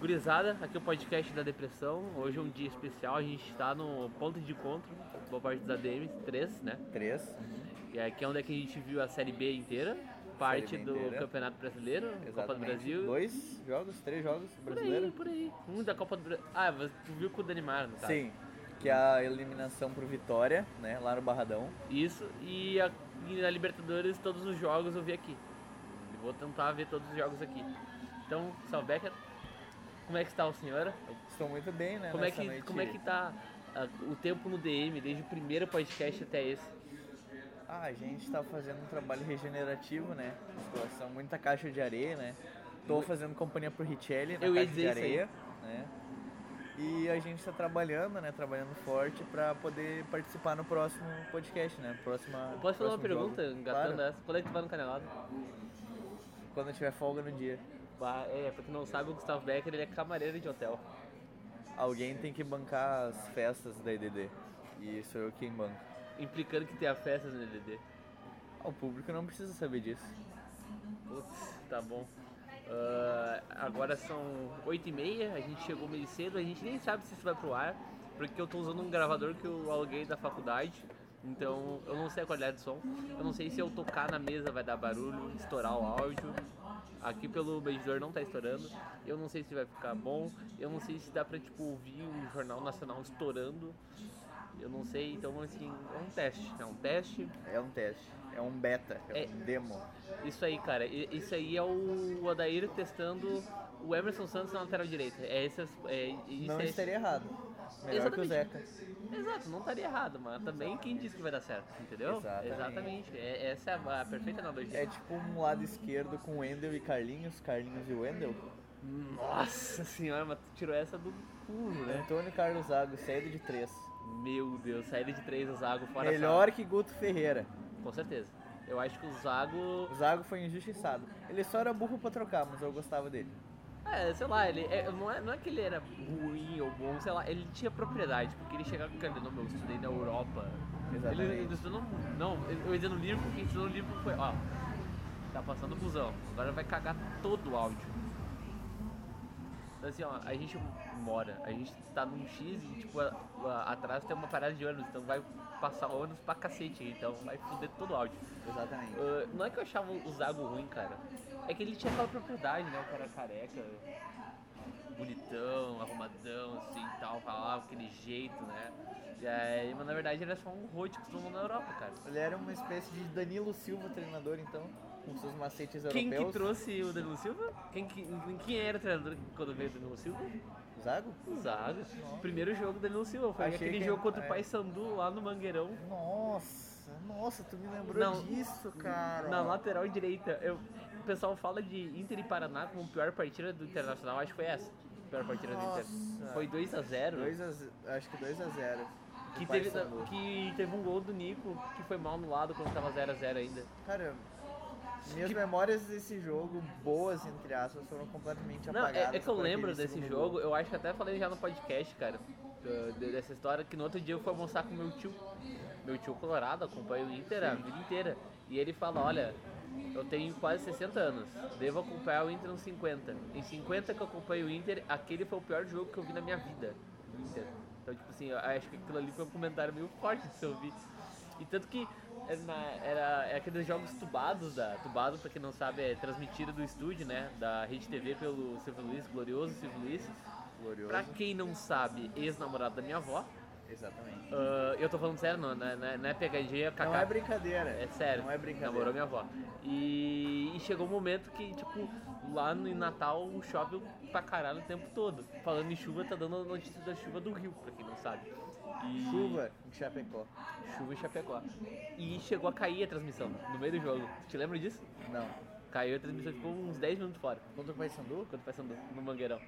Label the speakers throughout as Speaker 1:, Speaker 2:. Speaker 1: Gurizada, aqui é o podcast da depressão. Hoje é um dia especial, a gente está no ponto de encontro, boa parte dos ADMs, 3, né?
Speaker 2: 3.
Speaker 1: E aqui é onde é que a gente viu a Série B inteira, parte
Speaker 2: B
Speaker 1: do
Speaker 2: inteira.
Speaker 1: Campeonato Brasileiro, Copa do Brasil.
Speaker 2: Dois jogos, três jogos
Speaker 1: Por aí,
Speaker 2: brasileiros.
Speaker 1: por aí. Um da Copa do Brasil. Ah, mas tu viu com o Danimar, não tá?
Speaker 2: Sim. Que é a eliminação pro Vitória, né? Lá no Barradão.
Speaker 1: Isso, e, a, e na Libertadores todos os jogos eu vi aqui. Eu vou tentar ver todos os jogos aqui. Então, salve Becker, como é que está o senhor?
Speaker 2: Estou muito bem, né?
Speaker 1: Como é
Speaker 2: nessa
Speaker 1: que,
Speaker 2: noite.
Speaker 1: como é que tá ah, o tempo no DM, desde o primeiro podcast até esse?
Speaker 2: Ah, a gente tá fazendo um trabalho regenerativo, né? Musculação, muita caixa de areia, né? Tô fazendo companhia pro Richelli na
Speaker 1: Eu ia
Speaker 2: caixa de
Speaker 1: dizer isso aí.
Speaker 2: areia, né? E a gente tá trabalhando, né? Trabalhando forte pra poder participar no próximo podcast, né? Próxima.
Speaker 1: Eu posso fazer uma
Speaker 2: próximo jogo.
Speaker 1: pergunta, engatando
Speaker 2: Claro,
Speaker 1: essa? Quando é que tu vai no Canelado?
Speaker 2: Quando eu tiver folga no dia.
Speaker 1: Bah, É, pra quem não sabe, o Gustavo Becker ele é camareiro de hotel.
Speaker 2: Alguém tem que bancar as festas da EDD. E sou eu quem banco.
Speaker 1: Implicando que tem a festa no DDD.
Speaker 2: Ah, O público não precisa saber disso.
Speaker 1: Putz, tá bom. Ah, agora são 8h30, a gente chegou meio cedo, a gente nem sabe se isso vai pro ar, porque eu tô usando um gravador que eu aluguei da faculdade, então eu não sei a qualidade do som, eu não sei se eu tocar na mesa vai dar barulho, estourar o áudio. Aqui pelo medidor não tá estourando, eu não sei se vai ficar bom, eu não sei se dá pra tipo, ouvir o Jornal Nacional estourando, eu não sei, então assim, é um teste, é um teste.
Speaker 2: É um teste. É um beta. É,
Speaker 1: É.
Speaker 2: um demo.
Speaker 1: Isso aí, cara. I- Isso aí é o Adair testando o Emerson Santos na lateral direita. É essas, é, isso
Speaker 2: não
Speaker 1: é-
Speaker 2: estaria errado. Melhor que o Zeca.
Speaker 1: Exatamente. Exato, não estaria errado, mas também quem disse que vai dar certo, entendeu?
Speaker 2: Exatamente.
Speaker 1: Exatamente. É- essa é a, a perfeita analogia.
Speaker 2: É tipo um lado esquerdo com Wendel e Carlinhos, Carlinhos e Wendel.
Speaker 1: Nossa senhora, mas tu tirou essa do pulo, né?
Speaker 2: Antônio Carlos Zago, saída de três.
Speaker 1: Meu Deus, saída de três, o Zago fora
Speaker 2: Melhor que Guto Ferreira.
Speaker 1: Zago. Com certeza. Eu acho que o Zago.
Speaker 2: O Zago foi injustiçado. Ele só era burro pra trocar, mas eu gostava dele.
Speaker 1: É, sei lá, ele é- não, é, não é que ele era ruim ou bom, sei lá, ele tinha propriedade, porque ele chegava com o cara, não, meu, eu estudei na Europa.
Speaker 2: Exatamente.
Speaker 1: Ele, ele estudou, no- não, ele- eu ia no livro, quem estudou no livro foi, ó, tá passando busão, agora vai cagar todo o áudio. Então assim, ó, a gente mora, a gente tá num X e, tipo, a- a- atrás tem uma parada de ônibus, então vai passar ônibus pra cacete, então vai foder todo o áudio.
Speaker 2: Exatamente.
Speaker 1: Ah, não é que eu achava o Zago ruim, cara. É que ele tinha aquela propriedade, né? O cara careca, bonitão, arrumadão, assim e tal, falava aquele jeito, né? E aí, mas na verdade ele era só um rote que tomou na Europa, cara.
Speaker 2: Ele era uma espécie de Danilo Silva treinador, então, com seus macetes
Speaker 1: Quem que
Speaker 2: europeus.
Speaker 1: trouxe o Danilo Silva? Quem, que- quem era o treinador quando veio o Danilo Silva?
Speaker 2: Zago?
Speaker 1: O Zago. O primeiro jogo do Danilo Silva foi
Speaker 2: Achei
Speaker 1: aquele
Speaker 2: que-
Speaker 1: jogo contra
Speaker 2: é.
Speaker 1: o Paysandu lá no Mangueirão.
Speaker 2: Nossa, nossa, tu me lembrou
Speaker 1: Não.
Speaker 2: disso, cara.
Speaker 1: Na lateral direita, eu- o pessoal fala de Inter e Paraná como pior partida do Internacional, acho que foi essa. a Pior partida do Inter.
Speaker 2: Nossa.
Speaker 1: Foi 2x0.
Speaker 2: 2 a ze- acho que 2 a 0
Speaker 1: Que teve, que teve um gol do Nico que foi mal no lado quando tava 0x0 ainda.
Speaker 2: Cara, minhas
Speaker 1: Que-
Speaker 2: memórias desse jogo, boas entre aspas, foram completamente
Speaker 1: Não,
Speaker 2: apagadas.
Speaker 1: é, é que eu
Speaker 2: por aquele
Speaker 1: lembro desse
Speaker 2: segundo
Speaker 1: jogo,
Speaker 2: gol.
Speaker 1: eu acho que até falei já no podcast, cara, eh, de- dessa história, que no outro dia eu fui almoçar com meu tio. Meu tio colorado, acompanha o Inter a vida inteira. E ele fala, olha, eu tenho quase 60 anos, devo acompanhar o Inter nos 50. Em 50 que eu acompanho o Inter, aquele foi o pior jogo que eu vi na minha vida. do Inter. Então, tipo assim, eu acho que aquilo ali foi um comentário meio forte de se ouvir. E tanto que era, na- era- é aqueles jogos tubados da. Tubado, pra quem não sabe, é transmitido do estúdio, né? Da Rede TV pelo Silvio Luiz, glorioso Silvio Luiz.
Speaker 2: glorioso.
Speaker 1: Pra quem não sabe, ex-namorado da minha avó.
Speaker 2: Exatamente.
Speaker 1: Ah, eu tô falando sério, não, não é, não é- não é pegadinha, é cacá.
Speaker 2: Não é brincadeira.
Speaker 1: É sério.
Speaker 2: Não é brincadeira.
Speaker 1: Namorou minha avó. E, e chegou um momento que, tipo, lá no em Natal chove pra caralho o tempo todo. Falando em chuva, tá dando a notícia da chuva do Rio, pra quem não sabe. E-
Speaker 2: Chuva em Chapecó.
Speaker 1: Chuva em Chapecó. E chegou a cair a transmissão no meio do jogo. Te lembra disso?
Speaker 2: Não.
Speaker 1: Caiu a transmissão, ficou uns 10 minutos fora.
Speaker 2: Contra o Paysandu?
Speaker 1: Quando passando no Mangueirão.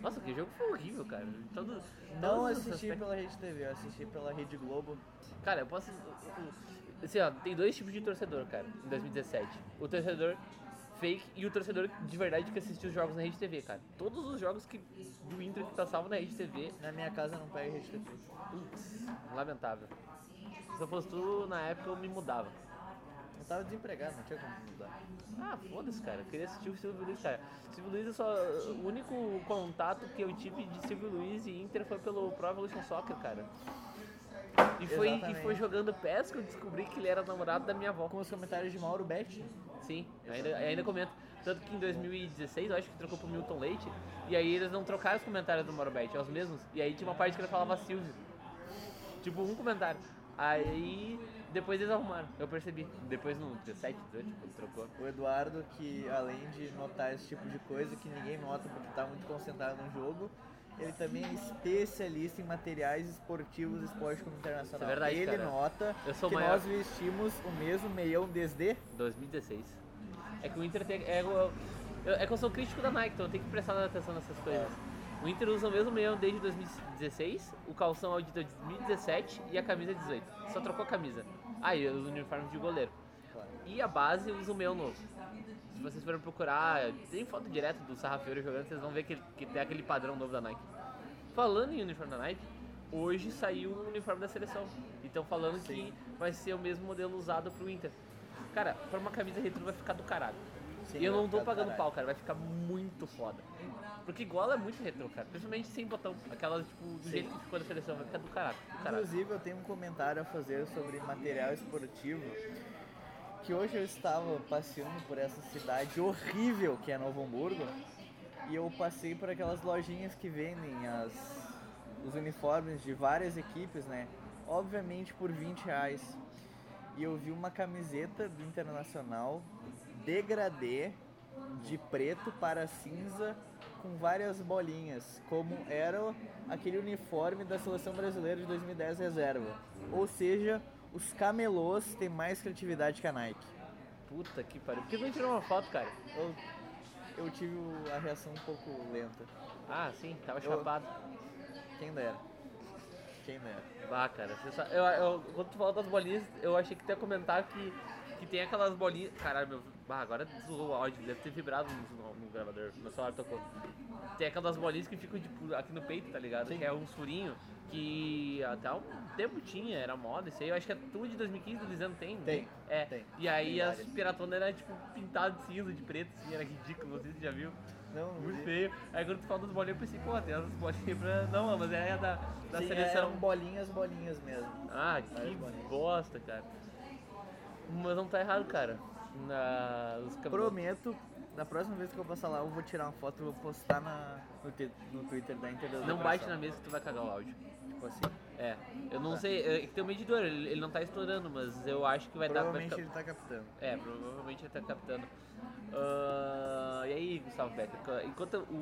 Speaker 1: Nossa, que jogo foi horrível, cara. Todo,
Speaker 2: Não
Speaker 1: todos os
Speaker 2: assisti
Speaker 1: aspectos-
Speaker 2: pela Rede TV, eu assisti pela Rede Globo.
Speaker 1: Cara, eu posso. Assim, ó, tem dois tipos de torcedor, cara, em 2017. O torcedor fake e o torcedor de verdade que assistiu os jogos na Rede TV, cara. Todos os jogos que, do Inter que passavam na Rede TV,
Speaker 2: Na minha casa não pega Rede TV.
Speaker 1: lamentável. Se eu fosse tu, na época eu me mudava.
Speaker 2: Eu tava desempregado, não tinha como mudar.
Speaker 1: Ah, foda-se, cara. Eu queria assistir o Silvio Luiz, cara. Silvio Luiz, eu só, o único contato que eu tive de Silvio Luiz e Inter foi pelo Pro Evolution Soccer, cara. E foi, e
Speaker 2: Exatamente.
Speaker 1: foi jogando PES que eu descobri que ele era namorado da minha avó.
Speaker 2: Com os comentários de Mauro Betti.
Speaker 1: Sim, eu ainda, eu ainda comento. Tanto que em 2016, eu acho que trocou pro Milton Leite, e aí eles não trocaram os comentários do Morobet, é os mesmos. E aí tinha uma parte que ele falava Silvio. Tipo, um comentário. Aí depois eles arrumaram, eu percebi. Depois no 17, 18, ele trocou.
Speaker 2: O Eduardo, que além de notar esse tipo de coisa que ninguém nota porque tá muito concentrado no jogo, ele também é especialista em materiais esportivos esporte como internacional.
Speaker 1: Isso é verdade,
Speaker 2: ele
Speaker 1: cara.
Speaker 2: nota
Speaker 1: Eu sou
Speaker 2: que
Speaker 1: maior.
Speaker 2: nós vestimos o mesmo meião desde
Speaker 1: 2016. É que o Inter tem. É, eu- eu- é que eu sou crítico da Nike, então eu tenho que prestar atenção nessas coisas. O Inter usa o mesmo meião desde 2016, o calção é o de 2017 e a camisa é 18. Só trocou a camisa. Ah, e os uniformes de goleiro. E a base usa o meu novo. Se vocês forem procurar, tem foto direto do Sarrafiori jogando, vocês vão ver que, que tem aquele padrão novo da Nike. Falando em uniforme da Nike, hoje saiu o uniforme da seleção. E estão falando
Speaker 2: Sim.
Speaker 1: que vai ser o mesmo modelo usado pro Inter. Cara, pra uma camisa retrô vai ficar do caralho.
Speaker 2: Sim,
Speaker 1: e eu
Speaker 2: vai
Speaker 1: não tô
Speaker 2: ficar do
Speaker 1: pagando
Speaker 2: caralho.
Speaker 1: pau, cara, vai ficar muito foda. Porque gola é muito retrô, cara. Principalmente sem botão. Aquela, tipo, do jeito que ficou da seleção, vai ficar do caralho. Do caralho.
Speaker 2: Inclusive, eu tenho um comentário a fazer sobre material esportivo. Que hoje eu estava passeando por essa cidade horrível que é Novo Hamburgo. E eu passei por aquelas lojinhas que vendem as, os uniformes de várias equipes, né? Obviamente por 20 reais. E eu vi uma camiseta do Internacional degradê de preto para cinza com várias bolinhas, como era o- aquele uniforme da seleção brasileira de 2010 reserva. Ou seja, os camelôs têm mais criatividade que a Nike.
Speaker 1: Puta que pariu. Por que não tirou uma foto, cara?
Speaker 2: Eu, eu tive o- a reação um pouco lenta.
Speaker 1: Ah, sim, tava
Speaker 2: Eu-
Speaker 1: chapado.
Speaker 2: Quem dera. Quem dera.
Speaker 1: Bah, cara, você sa- eu, eu- quando tu falou das bolinhas, eu achei que tu ia comentar que, que tem aquelas bolinhas. Caralho, meu. Bah, agora deslogou o áudio, deve ter vibrado no, no gravador, meu celular tocou. Tem aquelas bolinhas que ficam tipo, aqui no peito, tá ligado?
Speaker 2: Sim.
Speaker 1: Que é um furinho que até um tempo tinha, era moda isso aí. Eu acho que é tudo de 2015 do Lisano tem. né?
Speaker 2: Tem,
Speaker 1: É.
Speaker 2: tem.
Speaker 1: E aí
Speaker 2: Tem
Speaker 1: as
Speaker 2: várias.
Speaker 1: piratonas eram tipo pintadas de cinza, de preto, assim, era ridículo, não sei se você já viu.
Speaker 2: Não,
Speaker 1: Muito
Speaker 2: vi.
Speaker 1: feio. Aí quando tu fala das bolinhas, eu pensei, pô, tem essas bolinhas pra. Não, mas é a da, da
Speaker 2: Sim, é,
Speaker 1: seleção.
Speaker 2: assim, eram bolinhas, bolinhas mesmo.
Speaker 1: Ah, que
Speaker 2: Várias bolinhas.
Speaker 1: bosta, cara. Mas não tá errado, cara. Na... Os cam-
Speaker 2: Prometo, na próxima vez que eu passar lá, eu vou tirar uma foto e vou postar na, no, Twi- no Twitter da Inter da
Speaker 1: Não bate na
Speaker 2: Decoração.
Speaker 1: mesa que tu vai cagar o áudio.
Speaker 2: Tipo assim.
Speaker 1: É, eu não
Speaker 2: Tá.
Speaker 1: sei, é que tem um medidor, ele, ele não tá estourando, mas eu acho que vai dar. Vai
Speaker 2: Provavelmente
Speaker 1: ficar...
Speaker 2: ele tá captando.
Speaker 1: É, provavelmente ele tá captando. Ah, e aí, Gustavo Becker, co- enquanto o,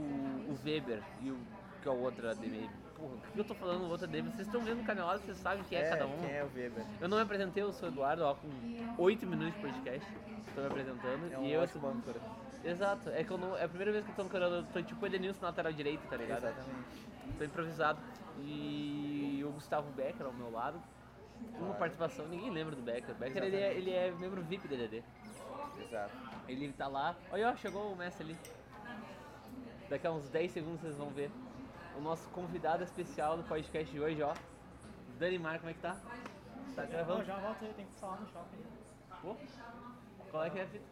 Speaker 1: o Weber e o que é o outro ADM. Porra, o que eu tô falando do outro ADM? Vocês estão vendo o canelado, vocês sabem quem é, cada um.
Speaker 2: Quem é o Weber?
Speaker 1: Eu não me apresentei, eu sou o Eduardo, ó, com 8 minutos de podcast. Tô me apresentando.
Speaker 2: É um
Speaker 1: e eu
Speaker 2: ótimo âncora.
Speaker 1: Exato, é que eu não. É a primeira vez que eu tô ancorando, eu tô tipo Edenilson na lateral direito, tá ligado?
Speaker 2: Exatamente.
Speaker 1: Tô improvisado. E o Gustavo Becker ao meu lado. Uma
Speaker 2: Claro.
Speaker 1: participação, ninguém lembra do Becker. O Becker ele é,
Speaker 2: Exatamente.
Speaker 1: ele é membro VIP da DD.
Speaker 2: Exato.
Speaker 1: Ele tá lá. Olha, ó, chegou o Messi ali. Daqui a uns 10 segundos vocês vão ver. O nosso convidado especial do podcast de hoje, ó. Danimar, como é que tá? Tá
Speaker 3: Não,
Speaker 1: gravando?
Speaker 3: já volto aí, tem que falar no shopping.
Speaker 1: Pô, qual é que é a fita?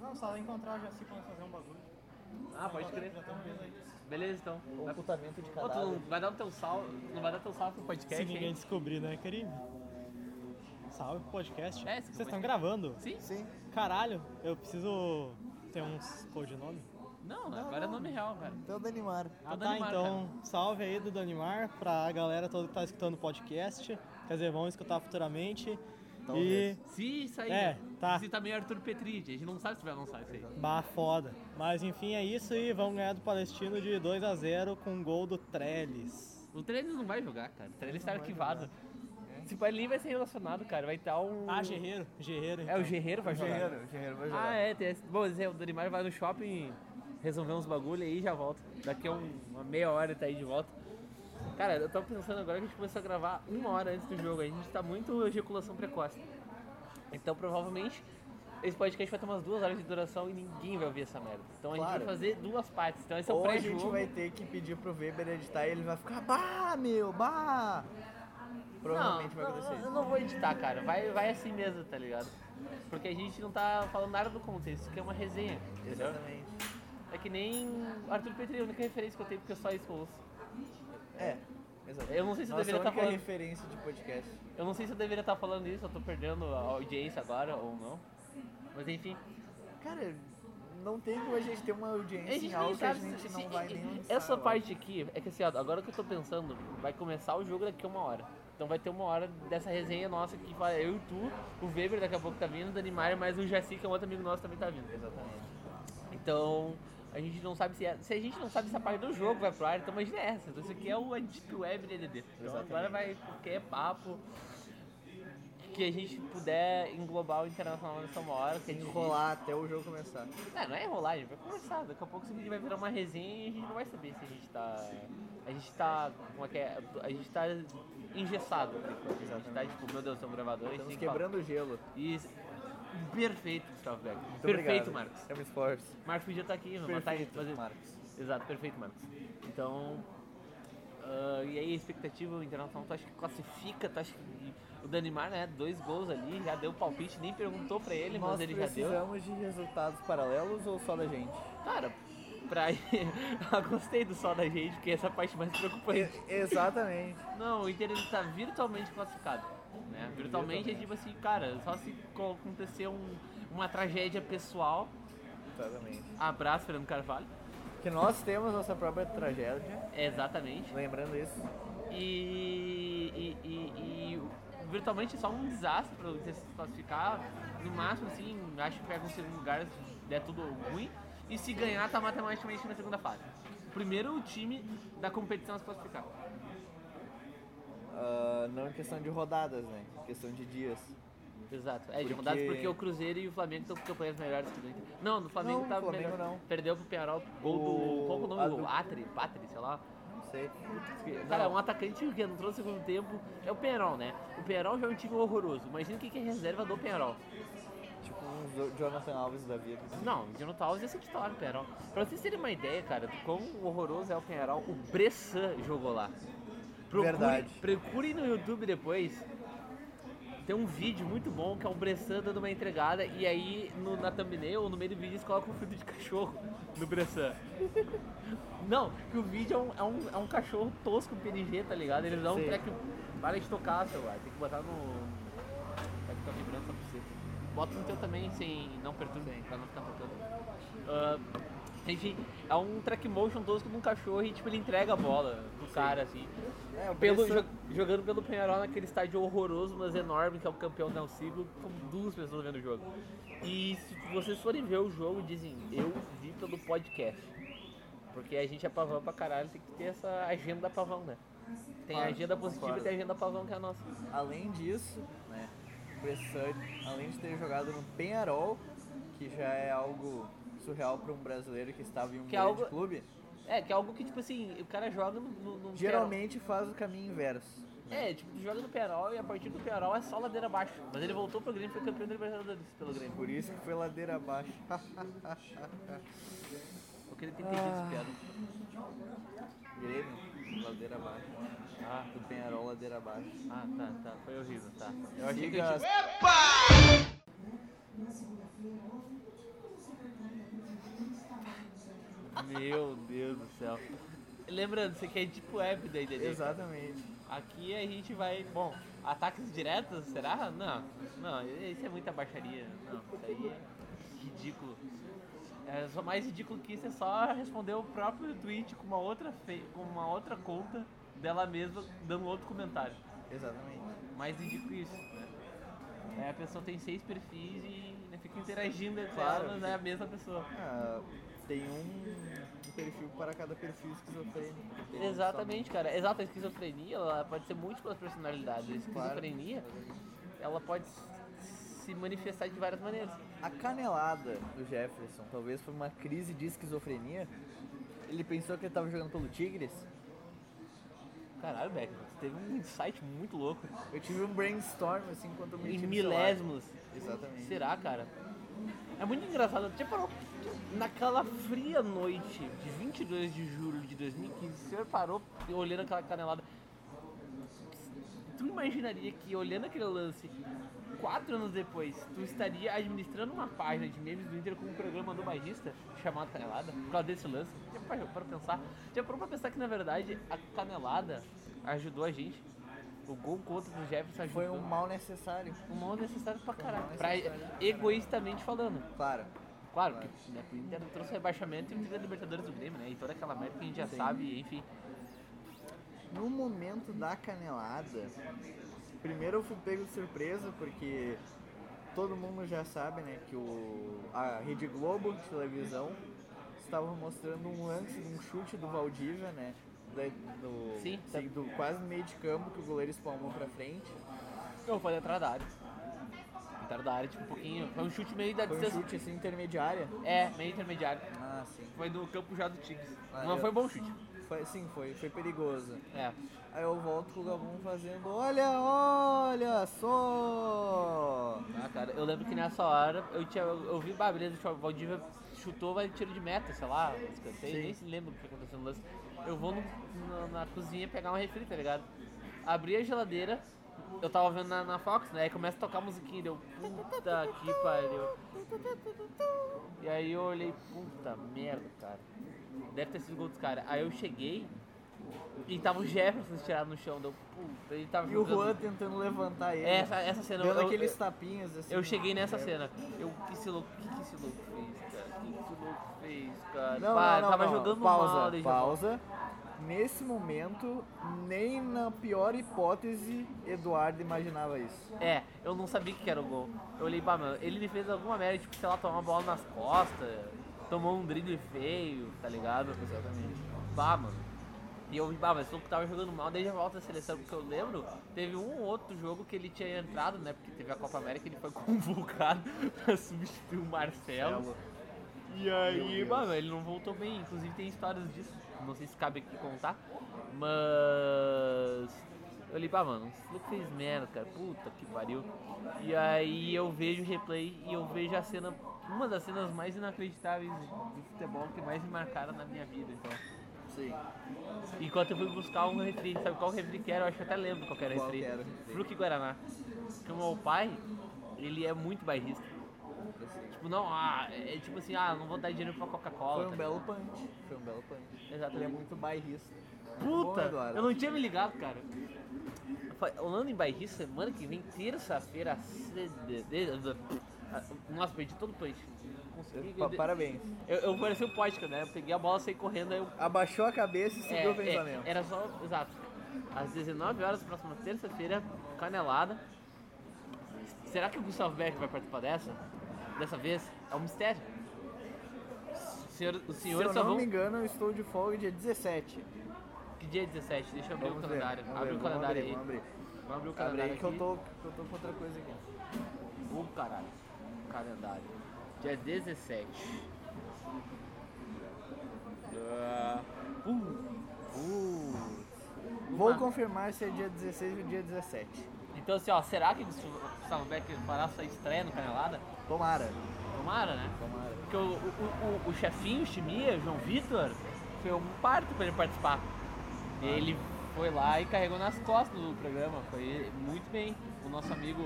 Speaker 3: Não, só encontrar o Jaci pra nós fazer um bagulho.
Speaker 1: Ah, pode crer.
Speaker 3: Já estamos vendo aí.
Speaker 1: Beleza então. Vai-
Speaker 2: Um Ocultamento de
Speaker 1: Ô, tu não
Speaker 2: cadáver.
Speaker 1: vai dar o teu salve, não vai dar teu salve pro podcast,
Speaker 3: Se ninguém
Speaker 1: hein?
Speaker 3: descobrir, né, querido? Salve pro podcast.
Speaker 1: É, esse
Speaker 3: Vocês
Speaker 1: podcast.
Speaker 3: estão gravando?
Speaker 1: Sim?
Speaker 2: Sim.
Speaker 3: Caralho, eu preciso ter uns codinome.
Speaker 1: Não, agora é nome real, cara.
Speaker 2: Então, Danimar.
Speaker 3: Ah, tá,
Speaker 1: Danimar,
Speaker 3: então salve aí do Danimar pra galera toda que tá escutando o podcast. Quer dizer, vão escutar futuramente.
Speaker 1: Então,
Speaker 2: Talvez.
Speaker 3: E.
Speaker 1: Se isso aí,
Speaker 3: É, tá.
Speaker 1: se tá meio Arthur Petri, a gente não sabe se vai lançar isso aí.
Speaker 3: Bah, foda. Mas enfim, é isso e vamos ganhar do Palestino de 2 a 0 com um gol do Trellis.
Speaker 1: O Trellis não vai jogar, cara. O Trellis tá arquivado. Se pá, ele nem vai ser relacionado, cara. Vai estar um...
Speaker 3: Ah, Guerreiro. Guerreiro. então.
Speaker 1: É, o Guerreiro vai jogar.
Speaker 2: Guerreiro, Guerreiro vai jogar.
Speaker 1: Ah, é. Tem... esse- Bom, Zé, o Danimar vai no shopping resolver uns bagulho aí e já volta. Daqui a um- uma meia hora ele tá aí de volta. Cara, eu tava pensando agora que a gente começou a gravar uma hora antes do jogo. A gente tá muito ejaculação precoce. Então, provavelmente, esse podcast vai ter umas duas horas de duração e ninguém vai ouvir essa merda. Então, a gente
Speaker 2: Claro.
Speaker 1: vai fazer duas partes. Então, esse é o
Speaker 2: Ou a gente
Speaker 1: pré-jogo.
Speaker 2: vai ter que pedir pro Weber editar e ele vai ficar, bah, meu, bah. Provavelmente
Speaker 1: não,
Speaker 2: vai acontecer
Speaker 1: não, eu
Speaker 2: isso.
Speaker 1: não vou editar, cara. Vai, vai assim mesmo, tá ligado? Porque a gente não tá falando nada do contexto, que é uma resenha. Entendeu?
Speaker 2: Exatamente.
Speaker 1: É que nem Arthur Petri, a única referência que eu tenho, porque eu só expulso.
Speaker 2: É, exatamente.
Speaker 1: Eu não sei se eu
Speaker 2: Nossa
Speaker 1: deveria
Speaker 2: única
Speaker 1: estar falando.
Speaker 2: referência de podcast.
Speaker 1: Eu não sei se eu deveria estar falando isso, eu tô perdendo a audiência agora ou não. Mas enfim.
Speaker 2: Cara, não tem como a gente ter uma audiência em
Speaker 1: nem
Speaker 2: algo que a
Speaker 1: É sabe
Speaker 2: gente
Speaker 1: se- se-
Speaker 2: não vai nem lançar
Speaker 1: Essa
Speaker 2: logo.
Speaker 1: parte aqui, é que assim, ó, agora que eu tô pensando, vai começar o jogo daqui a uma hora. Então vai ter uma hora dessa resenha nossa que vai eu e tu, o Weber daqui a pouco tá vindo, o Dani Maia, mas o Jaci, que é um outro amigo nosso, também tá vindo.
Speaker 2: Exatamente.
Speaker 1: Então, a gente não sabe se, é- se a gente não sabe se a parte do jogo vai pro ar, então imagina essa. Então, isso aqui é o a Deep Web DDD. Então agora vai qualquer papo que a gente puder englobar o internacional nessa uma hora. Que a gente
Speaker 2: Enrolar até o jogo começar.
Speaker 1: Não, não é enrolar, a gente vai conversar. Daqui a pouco isso aqui vai virar uma resenha e a gente não vai saber se a gente tá. A gente tá. Como é que é? A gente tá engessado. A gente tá tipo, meu Deus, tem um gravador, a gente
Speaker 2: Estamos
Speaker 1: tem que falar.
Speaker 2: quebrando o gelo. Muito
Speaker 1: Isso. Perfeito, Gustavo Beck. Perfeito,
Speaker 2: obrigado.
Speaker 1: Marcos.
Speaker 2: É um esforço.
Speaker 1: Marcos podia estar aqui, mas tá aí.
Speaker 2: Perfeito,
Speaker 1: Mas ele-
Speaker 2: Marcos.
Speaker 1: Exato, perfeito, mano. Então. ah, e aí, a expectativa o internacional, tu acha que classifica? Tu acha que o Danimar, né? Dois gols ali, já deu palpite, nem perguntou pra ele,
Speaker 2: Nós
Speaker 1: mas ele já deu.
Speaker 2: precisamos de resultados paralelos ou só da gente?
Speaker 1: Cara, pra. eu gostei do só da gente, porque essa é a parte mais preocupante.
Speaker 2: Exatamente.
Speaker 1: Não, o Inter ele tá virtualmente classificado. Né? Virtualmente é tipo assim, cara, só se co- acontecer um- uma tragédia pessoal.
Speaker 2: Exatamente.
Speaker 1: Abraço, Fernando Carvalho.
Speaker 2: Que nós temos nossa própria tragédia.
Speaker 1: É, exatamente.
Speaker 2: Lembrando isso.
Speaker 1: E, e, e- e virtualmente é só um desastre para você se classificar. No máximo, assim, acho que pega um segundo lugar se der tudo ruim. E se ganhar, tá matematicamente na segunda fase. Primeiro o time da competição a se classificar.
Speaker 2: Ah, não em questão de rodadas, né? Em questão de dias.
Speaker 1: Exato. É, de
Speaker 2: Porque-
Speaker 1: rodadas porque o Cruzeiro e o Flamengo estão com campanhas melhores que o do Inter. Não, no Flamengo
Speaker 2: Não,
Speaker 1: tá
Speaker 2: o Flamengo
Speaker 1: melhor.
Speaker 2: não.
Speaker 1: Perdeu pro Penharol gol
Speaker 2: O-
Speaker 1: do. Qual que é o
Speaker 2: a
Speaker 1: nome do
Speaker 2: do-
Speaker 1: gol? Atri, Patri, sei lá.
Speaker 2: Não sei.
Speaker 1: Cara,
Speaker 2: Não.
Speaker 1: um atacante que entrou no segundo tempo é o Penharol, né? O Penharol já é um time horroroso. Imagina o que que é reserva do Penharol.
Speaker 2: Tipo um Jo- Jonathan Alves da vida. assim.
Speaker 1: Não, o Jonathan Alves é titular do Penharol. Pra vocês terem uma ideia, cara, do quão horroroso é o Penharol, o Bressan jogou lá.
Speaker 2: Verdade.
Speaker 1: Procurem no YouTube depois. Tem um vídeo muito bom que é o Bressan dando uma entregada e aí no, na thumbnail, no meio do vídeo, eles colocam um filtro de cachorro no Bressan. Não, que o vídeo é um, é um, é um cachorro tosco PNG, tá ligado? Eles dão um
Speaker 2: Sim.
Speaker 1: track. Para de tocar, celular. Tem que botar no. Vai ficar vibrando só pra você. Bota no teu também, sem. Não perturbe, pra não ficar tocando. Ah, enfim, é um track motion tosco de um cachorro e tipo ele entrega a bola pro cara, assim.
Speaker 2: É, o
Speaker 1: Pelo,
Speaker 2: Bressan-
Speaker 1: jo- jogando pelo Penharol naquele estádio horroroso, mas enorme, que é o campeão da Alcigo, com duas pessoas vendo o jogo. E se vocês forem ver o jogo, dizem, eu vi pelo podcast. Porque a gente é pavão pra caralho, tem que ter essa agenda pavão, né? Tem a
Speaker 2: Claro,
Speaker 1: agenda positiva
Speaker 2: claro.
Speaker 1: e tem a agenda pavão que é a nossa.
Speaker 2: Além disso, né, o Bressan, além de ter jogado no Penharol, que já é algo surreal para um brasileiro que estava em um
Speaker 1: Que é
Speaker 2: grande
Speaker 1: algo-
Speaker 2: clube,
Speaker 1: É, que é algo que, tipo assim, o cara joga no. no, no
Speaker 2: geralmente faz o caminho inverso.
Speaker 1: Penharol. É, tipo, tu joga no Penharol e a partir do Penharol é só ladeira abaixo. Mas ele voltou pro Grêmio e foi campeão da Libertadores pelo Grêmio.
Speaker 2: Por isso que foi ladeira abaixo.
Speaker 1: Porque ele tem entendido
Speaker 2: Ah.
Speaker 1: esse piada.
Speaker 2: Grêmio, ladeira abaixo.
Speaker 1: Ah,
Speaker 2: Do Penharol, ladeira abaixo.
Speaker 1: ah, tá, tá. Foi horrível, tá.
Speaker 2: Eu achei que
Speaker 1: eu
Speaker 2: eu...
Speaker 1: tinha- Meu Deus do céu. Lembrando, isso aqui é tipo web da IDD.
Speaker 2: Exatamente.
Speaker 1: Aqui a gente vai. Bom, ataques diretos, será? Não, não, isso é muita baixaria. Não, isso aí é ridículo. É, só mais ridículo que isso é só responder o próprio tweet com uma outra, fe- com uma outra conta dela mesma dando outro comentário.
Speaker 2: Exatamente.
Speaker 1: Mais ridículo isso, né? É, a pessoa tem seis perfis e né, fica interagindo entre
Speaker 2: Claro.
Speaker 1: elas, é a mesma pessoa.
Speaker 2: Ah, tem um, um perfil para cada perfil esquizofrênico. Tem um
Speaker 1: Exatamente, cara. Exato, a esquizofrenia ela pode ser múltiplas personalidades. A
Speaker 2: só- claro.
Speaker 1: esquizofrenia ela pode se manifestar de várias maneiras.
Speaker 2: A canelada do Jefferson talvez foi uma crise de esquizofrenia. Ele pensou que ele tava jogando pelo Tigres.
Speaker 1: Caralho, Beck, você teve um insight muito louco.
Speaker 2: Eu tive um brainstorm assim enquanto eu me
Speaker 1: Em milésimos.
Speaker 2: Exatamente.
Speaker 1: Será, cara? É muito engraçado. Você parou naquela fria noite de 22 de julho de 2015, o senhor parou olhando aquela canelada. tu imaginaria que olhando aquele lance, quatro anos depois, tu estaria administrando uma página de memes do Inter com um programa do Bagista chamado Canelada, por causa desse lance? Já parou pra pensar? Já parou pra pensar que na verdade a Canelada ajudou a gente? O gol contra do Jefferson ajudou.
Speaker 2: Foi um mal necessário.
Speaker 1: um mal necessário pra caralho.
Speaker 2: mal
Speaker 1: Pra,
Speaker 2: necessário.
Speaker 1: egoístamente falando.
Speaker 2: Claro.
Speaker 1: Claro, que né, o Inter trouxe o rebaixamento e o Inter é Libertadores do Grêmio, né? E toda aquela merda que a gente já sabe, enfim.
Speaker 2: No momento da canelada, primeiro eu fui pego de surpresa porque todo mundo já sabe, né, que o a Rede Globo de televisão estava mostrando um lance, um chute do Valdívia, né, da- do,
Speaker 1: Sim. tá.
Speaker 2: sim, do quase no meio de campo que o goleiro espalmou pra frente.
Speaker 1: Eu vou entrar da área. Entrar da área, tipo, um pouquinho. Foi um chute meio da
Speaker 2: Foi um
Speaker 1: distância.
Speaker 2: chute assim intermediária.
Speaker 1: É, meio intermediário.
Speaker 2: Ah, sim.
Speaker 1: Foi no campo já do Tigres.
Speaker 2: Ah,
Speaker 1: Mas
Speaker 2: eu-
Speaker 1: foi bom chute.
Speaker 2: Foi, sim, foi, foi perigoso.
Speaker 1: É.
Speaker 2: Aí eu volto com o Gabão fazendo, olha, olha só!
Speaker 1: Ah, cara, eu lembro que nessa hora eu, tinha, eu, eu vi, bah, beleza, tipo, o Valdívia chutou, vai tiro de meta, sei lá, escanteio,
Speaker 2: Sim.
Speaker 1: nem se lembro o que aconteceu no lance. Eu vou no- na, na cozinha pegar um refri, tá ligado? Abri a geladeira, eu tava vendo na, na Fox, né? Aí começa a tocar a musiquinha, deu puta que pariu. E aí eu olhei, puta merda, cara. Deve ter sido gol dos caras. Aí eu cheguei e tava o Jefferson estirado no chão, deu puta, ele tava
Speaker 2: E o
Speaker 1: jogando- É,
Speaker 2: Juan tentando levantar ele.
Speaker 1: Essa, essa cena
Speaker 2: Dando
Speaker 1: eu-
Speaker 2: aqueles tapinhas assim.
Speaker 1: eu cheguei nessa
Speaker 2: né?
Speaker 1: cena. Eu, que esse louco, que, que esse louco fez, cara? Que que esse louco fez, cara?
Speaker 2: Não,
Speaker 1: Pá,
Speaker 2: não, não,
Speaker 1: tava
Speaker 2: não.
Speaker 1: jogando
Speaker 2: pausa,
Speaker 1: mal, deixa eu-
Speaker 2: pausa. Nesse momento, nem na pior hipótese, Eduardo imaginava isso.
Speaker 1: É, eu não sabia que era o gol. Eu olhei, bah, mano, ele me fez alguma merda, tipo, sei lá, tomar uma bola nas costas, tomou um drible feio, tá ligado? Exatamente. Bah, mano. E eu vi, bah, mas o louco tava jogando mal desde a volta da seleção, porque eu lembro, teve um outro jogo que ele tinha entrado, né? Porque teve a Copa América, ele foi convocado pra substituir o Marcelo. E aí, mano, ele não voltou bem. Inclusive tem histórias disso. Não sei se cabe aqui contar. Mas. Eu li, pá, mano, esse louco fez merda, cara. Puta que pariu. E aí eu vejo o replay e eu vejo a cena. Uma das cenas mais inacreditáveis do futebol que mais me marcaram na minha vida, então.
Speaker 2: Sim.
Speaker 1: Enquanto eu fui buscar um refri, sabe qual refri que era? Eu acho que eu até lembro qual que era o
Speaker 2: Qual
Speaker 1: refri.
Speaker 2: que era o refri?
Speaker 1: Fruque Guaraná. Porque o meu pai, ele é muito bairrista. Tipo, não, ah, é tipo assim, ah, não vou dar dinheiro pra Coca-Cola.
Speaker 2: Foi um
Speaker 1: tá
Speaker 2: belo punch. Foi um belo punch. Ele é
Speaker 1: Exatamente.
Speaker 2: muito bairrista. Bom,
Speaker 1: Puta,
Speaker 2: Eduardo.
Speaker 1: eu não tinha me ligado, cara. Fa- Falando em bairrista, semana que vem, terça-feira, CD de- Ah, Nossa, perdi todo o punch. Consegui.
Speaker 2: Pa- Parabéns.
Speaker 1: Eu, eu pareci o Pótica, né? Eu peguei a bola, saí correndo, aí eu...
Speaker 2: Abaixou a cabeça e
Speaker 1: É,
Speaker 2: seguiu o
Speaker 1: é,
Speaker 2: pensamento.
Speaker 1: era só... Exato. Às 19 horas, próxima terça-feira, canelada. Será que o Gustavo Beck vai participar dessa? Dessa vez? É um mistério. O senhor, os
Speaker 2: Se
Speaker 1: senhores
Speaker 2: eu
Speaker 1: só
Speaker 2: não
Speaker 1: vão...
Speaker 2: me engano, eu estou de folga dia 17.
Speaker 1: Que dia é 17? Deixa eu abrir
Speaker 2: Vamos
Speaker 1: o
Speaker 2: ver,
Speaker 1: calendário.
Speaker 2: vamos
Speaker 1: Abre
Speaker 2: ver,
Speaker 1: o
Speaker 2: vamos
Speaker 1: calendário
Speaker 2: abrir,
Speaker 1: aí.
Speaker 2: Vamos abrir.
Speaker 1: Vamos abrir o
Speaker 2: Abre
Speaker 1: calendário
Speaker 2: aí que eu
Speaker 1: aqui.
Speaker 2: tô, que eu tô com outra coisa aqui.
Speaker 1: Ô, caralho. Calendário. Dia 17. Ah, uh.
Speaker 2: Vou
Speaker 1: Uma-
Speaker 2: confirmar se é dia 16 ou dia 17.
Speaker 1: Então assim, ó, será que o Gustavo Becker fará sua estreia no Canelada?
Speaker 2: Tomara.
Speaker 1: Tomara, né?
Speaker 2: Tomara.
Speaker 1: Porque o, o, o, o chefinho, o Chimia, o João Vitor, foi um parto pra ele participar. Ele foi lá e carregou nas costas do programa. Foi muito bem. O nosso amigo.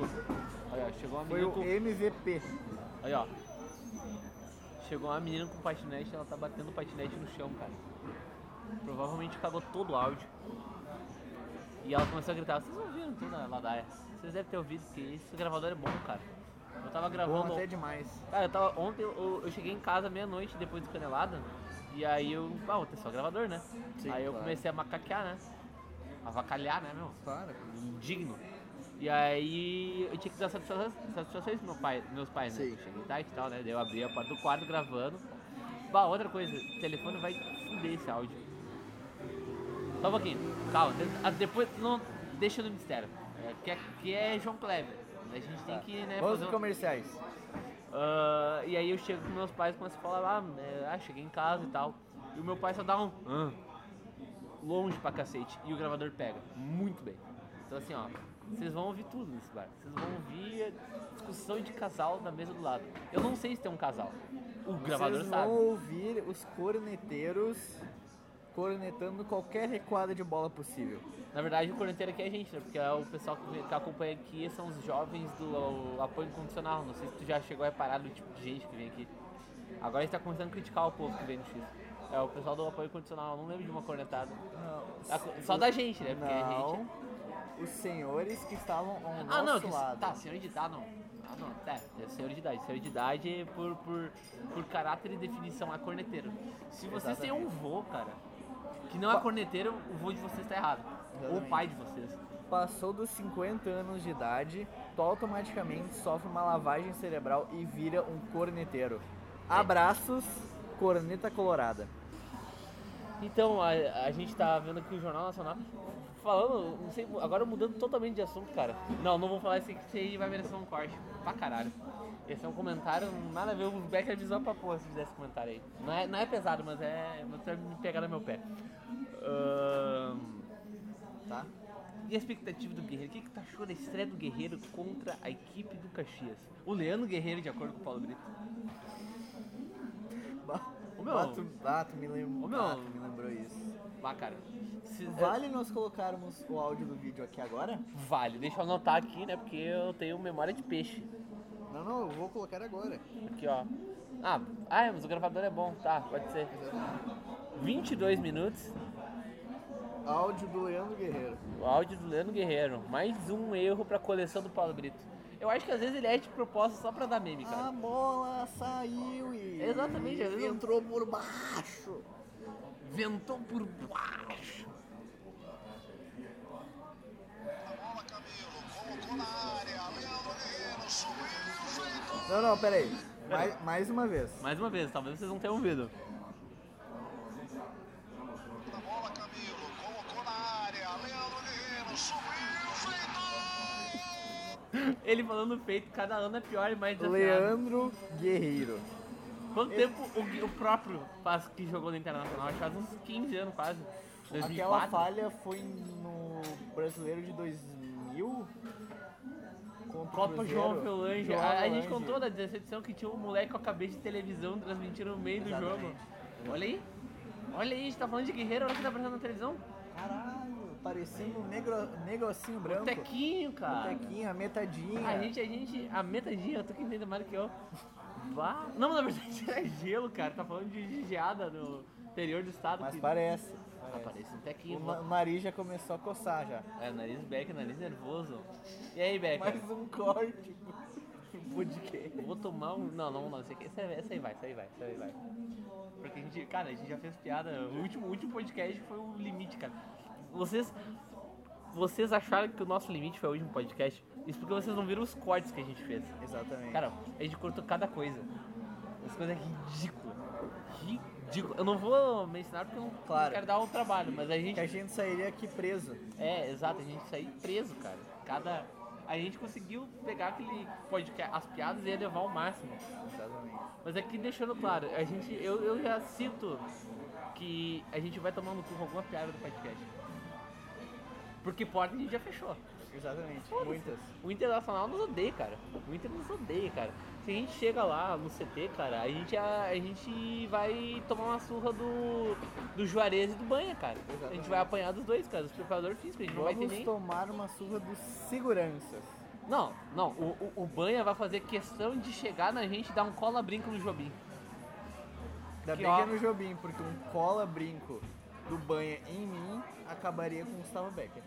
Speaker 1: Olha, chegou um
Speaker 2: Foi
Speaker 1: amigo com.
Speaker 2: o MVP.
Speaker 1: Aí, ó. Chegou uma menina com patinete, ela tá batendo o patinete no chão, cara. Provavelmente cagou todo o áudio. E ela começou a gritar, vocês ouviram toda a ladaia? "É." Vocês devem ter ouvido, porque esse gravador é bom, cara. Eu tava
Speaker 2: Tá Bom
Speaker 1: gravando...
Speaker 2: até demais.
Speaker 1: Cara, eu tava, ontem eu, eu cheguei em casa meia-noite depois do Canelada, e aí eu. Ah, ontem é só gravador, né?
Speaker 2: Sim,
Speaker 1: aí eu
Speaker 2: claro.
Speaker 1: comecei a macaquear, né? Avacalhar, né, meu?
Speaker 2: Claro.
Speaker 1: indigno. E aí eu tinha que dar satisfações, satisfações pro meu pai, meus pais, né?
Speaker 2: Sim.
Speaker 1: Cheguei tarde e tal, né? Daí eu abri a porta do quarto gravando. Bah, outra coisa, o telefone vai fuder esse áudio. Só um pouquinho, calma. de- ah, Depois não deixa no mistério. É, que, é, que é João Kleber. A gente tem que, né,
Speaker 2: Tá. Vamos
Speaker 1: fazer
Speaker 2: aos
Speaker 1: um-
Speaker 2: comerciais.
Speaker 1: ah, e aí eu chego com meus pais e começo a falar, ah, né, ah, cheguei em casa e tal. E o meu pai só dá um "Hã?" longe pra cacete. E o gravador pega. Muito bem. Então assim, ó, vocês vão ouvir tudo nesse bar. Vocês vão ouvir a discussão de casal da mesa do lado. Eu não sei se tem um casal. O gravador
Speaker 2: Vocês
Speaker 1: sabe.
Speaker 2: vão ouvir os corneteiros cornetando qualquer recuada de bola possível.
Speaker 1: Na verdade, o corneteiro aqui é a gente, né? Porque é o pessoal que, que acompanha aqui são os jovens do apoio incondicional. Não sei se tu já chegou a reparar do tipo de gente que vem aqui. Agora a gente tá começando a criticar o povo que vem no X. É o pessoal do apoio incondicional, eu não lembro de uma cornetada.
Speaker 2: Tá
Speaker 1: A co- Só da gente, né?
Speaker 2: é
Speaker 1: Porque a gente.
Speaker 2: Não, os senhores que estavam ao
Speaker 1: Ah,
Speaker 2: nosso
Speaker 1: não, que-
Speaker 2: lado.
Speaker 1: tá, senhor de idade não. Ah, não, tá, é senhor de idade. Senhor de idade é por, por, por caráter e definição, é corneteiro. Se vocês têm um
Speaker 2: Exatamente.
Speaker 1: vô, cara, que não é corneteiro, o vô de vocês tá errado. Ou o
Speaker 2: Exatamente.
Speaker 1: pai de vocês.
Speaker 2: Passou dos 50 anos de idade, tu automaticamente sofre uma lavagem cerebral e vira um corneteiro. Abraços, corneta colorada.
Speaker 1: Então, a, a gente tá vendo aqui o Jornal Nacional falando, não sei, agora mudando totalmente de assunto, cara. Não, não vou falar isso aqui, que isso aí vai merecer um corte pra caralho. Esse é um comentário, nada a ver, o Beck avisou pra porra se fizesse comentário aí. Não é, não é pesado, mas é. Você vai me pegar no meu pé. Ahn,
Speaker 2: Tá?
Speaker 1: e a expectativa do Guerreiro? O que, que tu achou da estreia do Guerreiro contra a equipe do Caxias? O Leandro Guerreiro, de acordo com o Paulo Brito. Ô, meu.
Speaker 2: Ah, tu, ah, tu me lembrou.
Speaker 1: Ô, meu.
Speaker 2: Ah, tu me lembrou isso.
Speaker 1: Bah, cara. se-
Speaker 2: Vale nós colocarmos o áudio do vídeo aqui agora?
Speaker 1: Vale, deixa eu anotar aqui, né? Porque eu tenho memória de peixe.
Speaker 2: Não, não, eu vou colocar agora.
Speaker 1: Aqui, ó. Ah, ah, é, mas o gravador é bom. Tá, pode ser. 22 minutos.
Speaker 2: Áudio do Leandro Guerreiro.
Speaker 1: O áudio do Leandro Guerreiro. Mais um erro pra coleção do Paulo Brito. Eu acho que às vezes ele é de propósito só pra dar meme,
Speaker 2: A
Speaker 1: cara.
Speaker 2: bola saiu e.
Speaker 1: Exatamente, às vezes eu-
Speaker 2: entrou por baixo.
Speaker 1: Ventou por baixo.
Speaker 2: Não, não, peraí. Mais, mais uma vez.
Speaker 1: Mais uma vez, talvez vocês não tenham ouvido. Ele falando feito, cada ano é pior e mais desafiado.
Speaker 2: Leandro Guerreiro.
Speaker 1: Quanto tempo o, Gui- o próprio faz que jogou no Internacional? Acho que faz uns 15 anos quase. 2004.
Speaker 2: Aquela falha foi no Brasileiro de 2000? Contra o
Speaker 1: Copa
Speaker 2: Cruzeiro.
Speaker 1: João Pelange.
Speaker 2: João
Speaker 1: A, a gente
Speaker 2: Avelange.
Speaker 1: contou da decepção que tinha um moleque com a cabeça de televisão transmitindo no meio do
Speaker 2: Exatamente.
Speaker 1: jogo. Olha aí. Olha aí, a gente tá falando de guerreiro, olha que tá aparecendo na televisão.
Speaker 2: Caralho, parecendo um negro, negocinho branco.
Speaker 1: O Tequinho, cara.
Speaker 2: Botequinha, metadinha.
Speaker 1: A gente, a gente, a metadinha, eu tô querendo mais do que eu. Bah. Não, mas na verdade era gelo, cara. Tá falando de de geada no interior do estado.
Speaker 2: Mas
Speaker 1: que-
Speaker 2: parece.
Speaker 1: Ah,
Speaker 2: parece.
Speaker 1: parece um tequinho.
Speaker 2: O na- o nariz já começou a coçar já.
Speaker 1: É, nariz Beck, nariz nervoso. E aí, Beck?
Speaker 2: Mais um corte pro podcast.
Speaker 1: Vou tomar um. Não, não, não. Esse aqui, essa, essa aí vai, essa aí vai, essa aí vai. Porque a gente. Cara, a gente já fez piada. O último, o último podcast foi o limite, cara. Vocês. Vocês acharam que o nosso limite foi o último podcast? Isso porque vocês não viram os cortes que a gente fez.
Speaker 2: Exatamente.
Speaker 1: Cara, a gente cortou cada coisa. As coisas ridículas. Ridículas. Eu não vou mencionar porque eu não
Speaker 2: Claro.
Speaker 1: quero dar um trabalho, mas a gente.
Speaker 2: que a gente sairia aqui preso.
Speaker 1: É, exato, a gente saiu preso, cara. Cada. A gente conseguiu pegar aquele podcast, as piadas e elevar ao máximo.
Speaker 2: Exatamente.
Speaker 1: Mas aqui deixando claro, a gente, eu, eu já sinto que a gente vai tomar no cu com alguma piada do podcast. Porque porta a gente já fechou.
Speaker 2: Exatamente. Muitas.
Speaker 1: O Internacional nos odeia, cara. O Inter nos odeia, cara. Se a gente chega lá no CT, cara, a gente, a, a gente vai tomar uma surra do, do Juarez e do Banha, cara. A gente
Speaker 2: Exatamente.
Speaker 1: vai apanhar dos dois, cara. Os preparadores físicos, a gente não vai ter
Speaker 2: Vamos
Speaker 1: nem...
Speaker 2: tomar uma surra dos seguranças.
Speaker 1: Não, não. O, o, o Banha vai fazer questão de chegar na gente e dar um cola-brinco no Jobim.
Speaker 2: Ainda
Speaker 1: Que
Speaker 2: bem que é
Speaker 1: ó-
Speaker 2: no Jobim, porque um cola-brinco do banha em mim acabaria com o Gustavo Becker.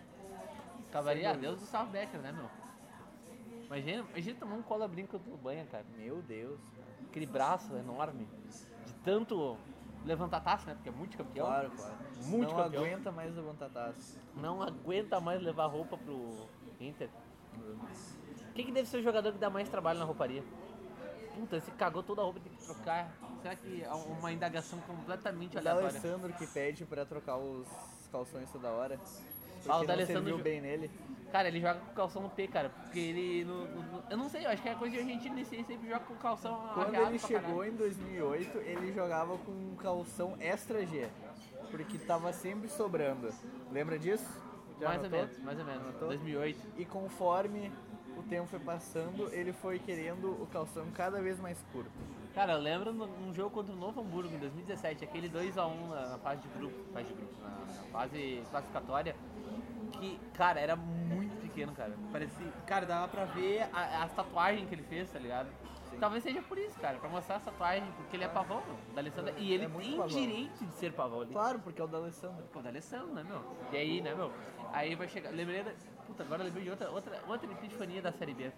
Speaker 1: Acabaria a
Speaker 2: Sem dúvida.
Speaker 1: Deus do South Becker, né, meu? Imagina, imagina tomar um cola brinco do banha, cara.
Speaker 2: Meu Deus.
Speaker 1: Aquele braço enorme. De tanto levantar taça, né? Porque é muito campeão.
Speaker 2: Claro, claro.
Speaker 1: Muito
Speaker 2: Não
Speaker 1: campeão.
Speaker 2: aguenta mais levantar taça.
Speaker 1: Não aguenta mais levar roupa pro Inter. Quem que deve ser o jogador que dá mais trabalho na rouparia? Puta, esse cagou toda a roupa tem que trocar. Será que é uma indagação completamente
Speaker 2: O
Speaker 1: aleatória?
Speaker 2: Alessandro que pede pra trocar os calções toda hora. Porque
Speaker 1: Ah, o
Speaker 2: não
Speaker 1: D'Alessandro
Speaker 2: serviu
Speaker 1: jo-
Speaker 2: bem nele.
Speaker 1: Cara, ele joga com calção no P, cara. Porque ele. no- no- eu não sei, eu acho que é coisa de argentino, ele sempre joga com calção
Speaker 2: Quando
Speaker 1: arreado
Speaker 2: ele
Speaker 1: Ah, pra caralho.
Speaker 2: chegou em 2008, ele jogava com um calção extra G, porque tava sempre sobrando. Lembra disso? Já
Speaker 1: mais ou
Speaker 2: notou?
Speaker 1: menos, mais ou menos.
Speaker 2: Anotou?
Speaker 1: 2008.
Speaker 2: E conforme o tempo foi passando, ele foi querendo o calção cada vez mais curto.
Speaker 1: Cara, eu lembro no- num jogo contra o Novo Hamburgo em 2017, aquele 2x1 na, na fase de grupo, fase de grupo, na, na fase classificatória, que, cara, era muito pequeno, cara. Parecia, cara, dava pra ver a, as tatuagens que ele fez, tá ligado? Talvez seja por isso, cara, pra mostrar as tatuagens, porque ele é pavão, meu, da Alessandra, e ele
Speaker 2: É muito
Speaker 1: tem
Speaker 2: pavão.
Speaker 1: direito de ser pavão. Ele
Speaker 2: Claro, porque é o da Alessandra.
Speaker 1: Pô, da Alessandro, né, meu? E aí, né, meu? Aí vai chegar. Lembrei da. Puta, agora eu lembrei de outra, outra, outra epifania da Série B.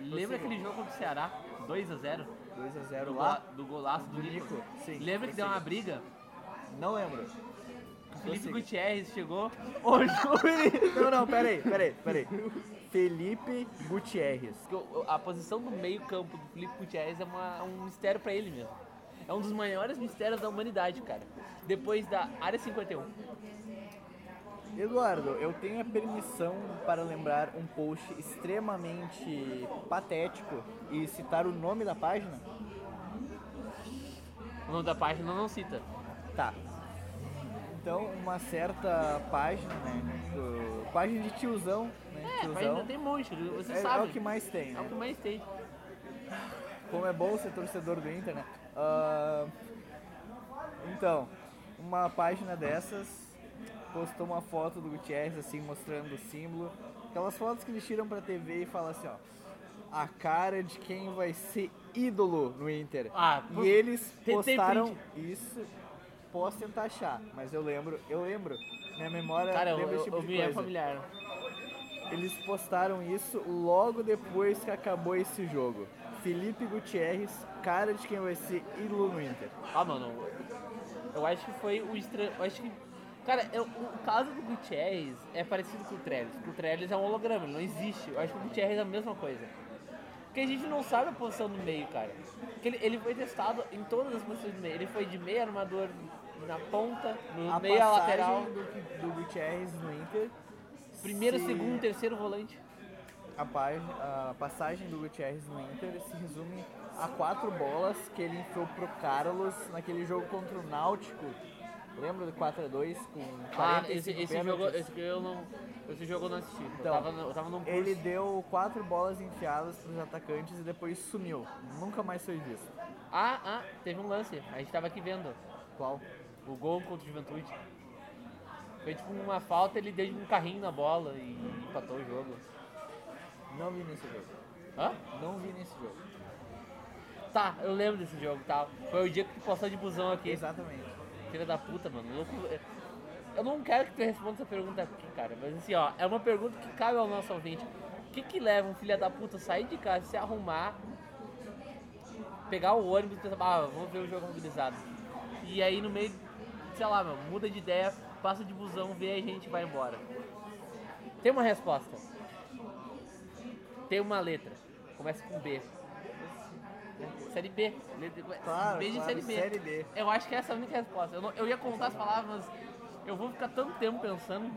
Speaker 1: Lembra aquele jogo contra o Ceará? 2x0?
Speaker 2: 2x0
Speaker 1: Do,
Speaker 2: lá.
Speaker 1: gola- do golaço do
Speaker 2: Do
Speaker 1: Nico.
Speaker 2: Nico, sim,
Speaker 1: Lembra que deu uma
Speaker 2: prossiga.
Speaker 1: briga?
Speaker 2: Não lembro.
Speaker 1: Felipe
Speaker 2: Prossiga.
Speaker 1: Gutierrez chegou. Ô, Júlio!
Speaker 2: Não, não, peraí, peraí, peraí. Felipe Gutierrez.
Speaker 1: A posição do meio-campo do Felipe Gutierrez é uma- um mistério pra ele mesmo. É um dos maiores mistérios da humanidade, cara. Depois da área 51.
Speaker 2: Eduardo, eu tenho a permissão para lembrar um post extremamente patético e citar o nome da página?
Speaker 1: O nome da página não cita.
Speaker 2: Tá. Então, uma certa página, né? do- Página de tiozão, né?
Speaker 1: É, mas
Speaker 2: tiozão.
Speaker 1: ainda tem um monte, você
Speaker 2: É-
Speaker 1: sabe.
Speaker 2: é o que mais tem,
Speaker 1: É o
Speaker 2: né?
Speaker 1: que mais tem.
Speaker 2: Como é bom ser torcedor do Inter, né? Ah, então, uma página dessas postou uma foto do Gutierrez, assim, mostrando o símbolo. Aquelas fotos que eles tiram pra TV e falam assim, ó. A cara de quem vai ser ídolo no Inter.
Speaker 1: Ah, por-
Speaker 2: e eles
Speaker 1: tem- tem
Speaker 2: postaram isso. Posso tentar achar, mas eu lembro, eu lembro. Minha memória
Speaker 1: Cara, eu,
Speaker 2: lembra
Speaker 1: eu,
Speaker 2: esse tipo
Speaker 1: eu
Speaker 2: de
Speaker 1: me é
Speaker 2: coisa.
Speaker 1: familiar.
Speaker 2: Eles postaram isso logo depois que acabou esse jogo. Felipe Gutierrez, cara de quem vai ser ídolo no Inter.
Speaker 1: Ah, mano, eu acho que foi o estranho. Eu acho que. Cara, eu- o caso do Gutierrez é parecido com o Trellis. porque O Trellis é um holograma, ele não existe. Eu acho que o Gutierrez é a mesma coisa. Porque a gente não sabe a posição do meio, cara. Porque ele, ele foi testado em todas as posições do meio. Ele foi de meio armador na ponta, no
Speaker 2: A
Speaker 1: meio a
Speaker 2: passagem
Speaker 1: Um lateral,
Speaker 2: do, do Gutierrez no Inter.
Speaker 1: primeiro,
Speaker 2: se-
Speaker 1: segundo, terceiro volante.
Speaker 2: A, pá- a passagem do Gutierrez no Inter se resume a quatro bolas que ele enfiou pro Carlos naquele jogo contra o Náutico. Lembra do 4x2 com 45
Speaker 1: Ah, esse, esse,
Speaker 2: pênaltis?
Speaker 1: jogo, esse, eu não, esse jogo eu não assisti. eu,
Speaker 2: tipo Então,
Speaker 1: tava, no- eu tava num curso.
Speaker 2: Ele deu quatro bolas enfiadas pros atacantes e depois sumiu. Nunca mais foi visto.
Speaker 1: Ah, ah, teve um lance. A gente tava aqui vendo.
Speaker 2: Qual?
Speaker 1: O gol contra o Juventude. Foi tipo uma falta, ele deu um carrinho na bola e empatou o jogo.
Speaker 2: Não vi nesse jogo.
Speaker 1: Hã?
Speaker 2: Não vi nesse jogo.
Speaker 1: Tá, eu lembro desse jogo, tá? Foi o dia que tu passou de busão aqui.
Speaker 2: Exatamente.
Speaker 1: Filha da puta, mano. Louco. Eu não quero que tu responda essa pergunta aqui, cara. Mas assim, ó, é uma pergunta que cabe ao nosso ouvinte. O que que leva um filha da puta a sair de casa, se arrumar, pegar o ônibus e pensar, ah, vamos ver o jogo organizado. E aí no meio, sei lá, meu, muda de ideia, passa de busão, vê a gente e vai embora. Tem uma resposta. Tem uma letra. Começa com B. Série B. Letra-
Speaker 2: Claro,
Speaker 1: B de
Speaker 2: claro,
Speaker 1: série B.
Speaker 2: série B.
Speaker 1: Eu acho que essa é a única resposta. Eu, não- eu ia contar as palavras, mas eu vou ficar tanto tempo pensando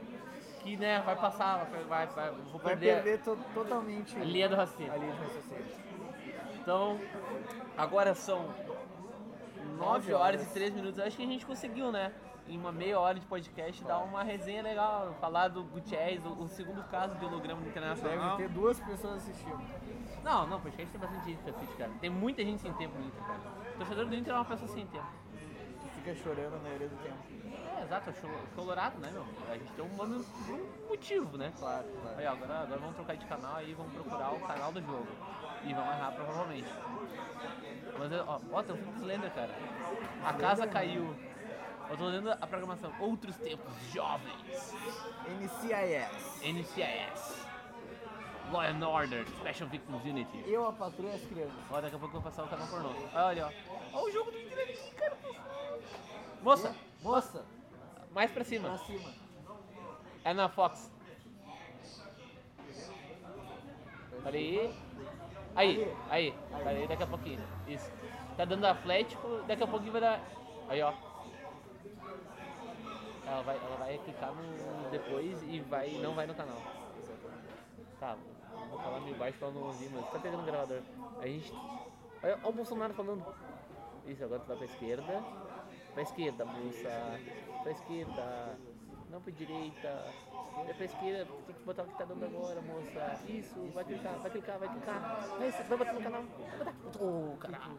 Speaker 1: que, né, vai passar, vai, vai, vai- eu vou
Speaker 2: Vai
Speaker 1: perder,
Speaker 2: perder to- totalmente
Speaker 1: a linha do raciocínio.
Speaker 2: a linha de raciocínio.
Speaker 1: Então, agora são 9
Speaker 2: Nove
Speaker 1: horas
Speaker 2: horas.
Speaker 1: e 3 minutos. Acho que a gente conseguiu, né? Em uma meia hora de podcast, dar uma resenha legal. Falar do Gutierrez, o, o segundo caso de holograma
Speaker 2: Deve
Speaker 1: internacional.
Speaker 2: ter duas pessoas assistindo.
Speaker 1: Não, não, podcast tem bastante gente pra assistir, cara. Tem muita gente sem tempo no Inter, cara. O torcedor do Inter é uma pessoa sem tempo.
Speaker 2: Tu fica chorando a maioria do tempo.
Speaker 1: É, exato, é cholo- colorado, né, meu? A gente tem um nome por um motivo, né?
Speaker 2: Claro, claro.
Speaker 1: Aí, ó, agora, agora vamos trocar de canal aí, vamos procurar o canal do jogo. E vamos errar provavelmente. Mas, ó, ó tem um filme do Slender, cara. A casa caiu. Eu tô lendo a programação. Outros tempos jovens.
Speaker 2: NCIS.
Speaker 1: NCIS. Law and Order. Special Victims Unity.
Speaker 2: Eu, a patroa e as crianças.
Speaker 1: Ó, daqui a pouco eu vou passar o canal pornô. Olha, ó. Ó o jogo do Inter aqui, cara. Moça,
Speaker 2: Moça,
Speaker 1: mais pra
Speaker 2: pra
Speaker 1: cima.
Speaker 2: cima.
Speaker 1: É na Fox. Olha aí. Aí, aí. Pera aí, daqui a pouquinho. Isso. Tá dando Atlético, daqui a pouquinho vai dar. Aí, ó. Ela vai, ela vai clicar no depois e vai, não vai no canal. Tá, vou falar meio baixo pra ela não ouvir, mas tá pegando o gravador. A gente. Olha, olha o Bolsonaro falando. Isso, agora tu vai pra esquerda. Pra esquerda, moça. Pra esquerda. Não pra direita. É pra esquerda, tem que botar o que tá dando agora, moça. É Isso, vai clicar, vai clicar, vai clicar. Vai, vai botar no canal. Vai botar. Ô, caralho.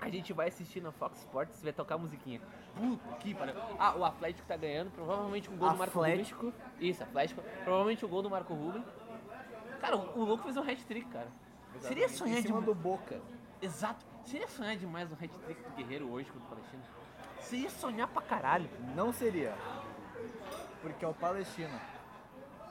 Speaker 1: A gente vai assistir na Fox Sports e vai tocar musiquinha. Puta que pariu. Ah, o Atlético tá ganhando, provavelmente um gol do Marco Rubens.
Speaker 2: Atlético.
Speaker 1: Isso, Atlético. Provavelmente o gol do Marco Rubens. Cara, o, o louco fez um hat-trick, cara. Seria sonhar
Speaker 2: Em cima
Speaker 1: demais.
Speaker 2: do Boca.
Speaker 1: Exato. Seria sonhar demais um hat-trick do Guerreiro hoje contra o Palestino? Seria sonhar pra caralho.
Speaker 2: Não seria. Porque é o Palestina.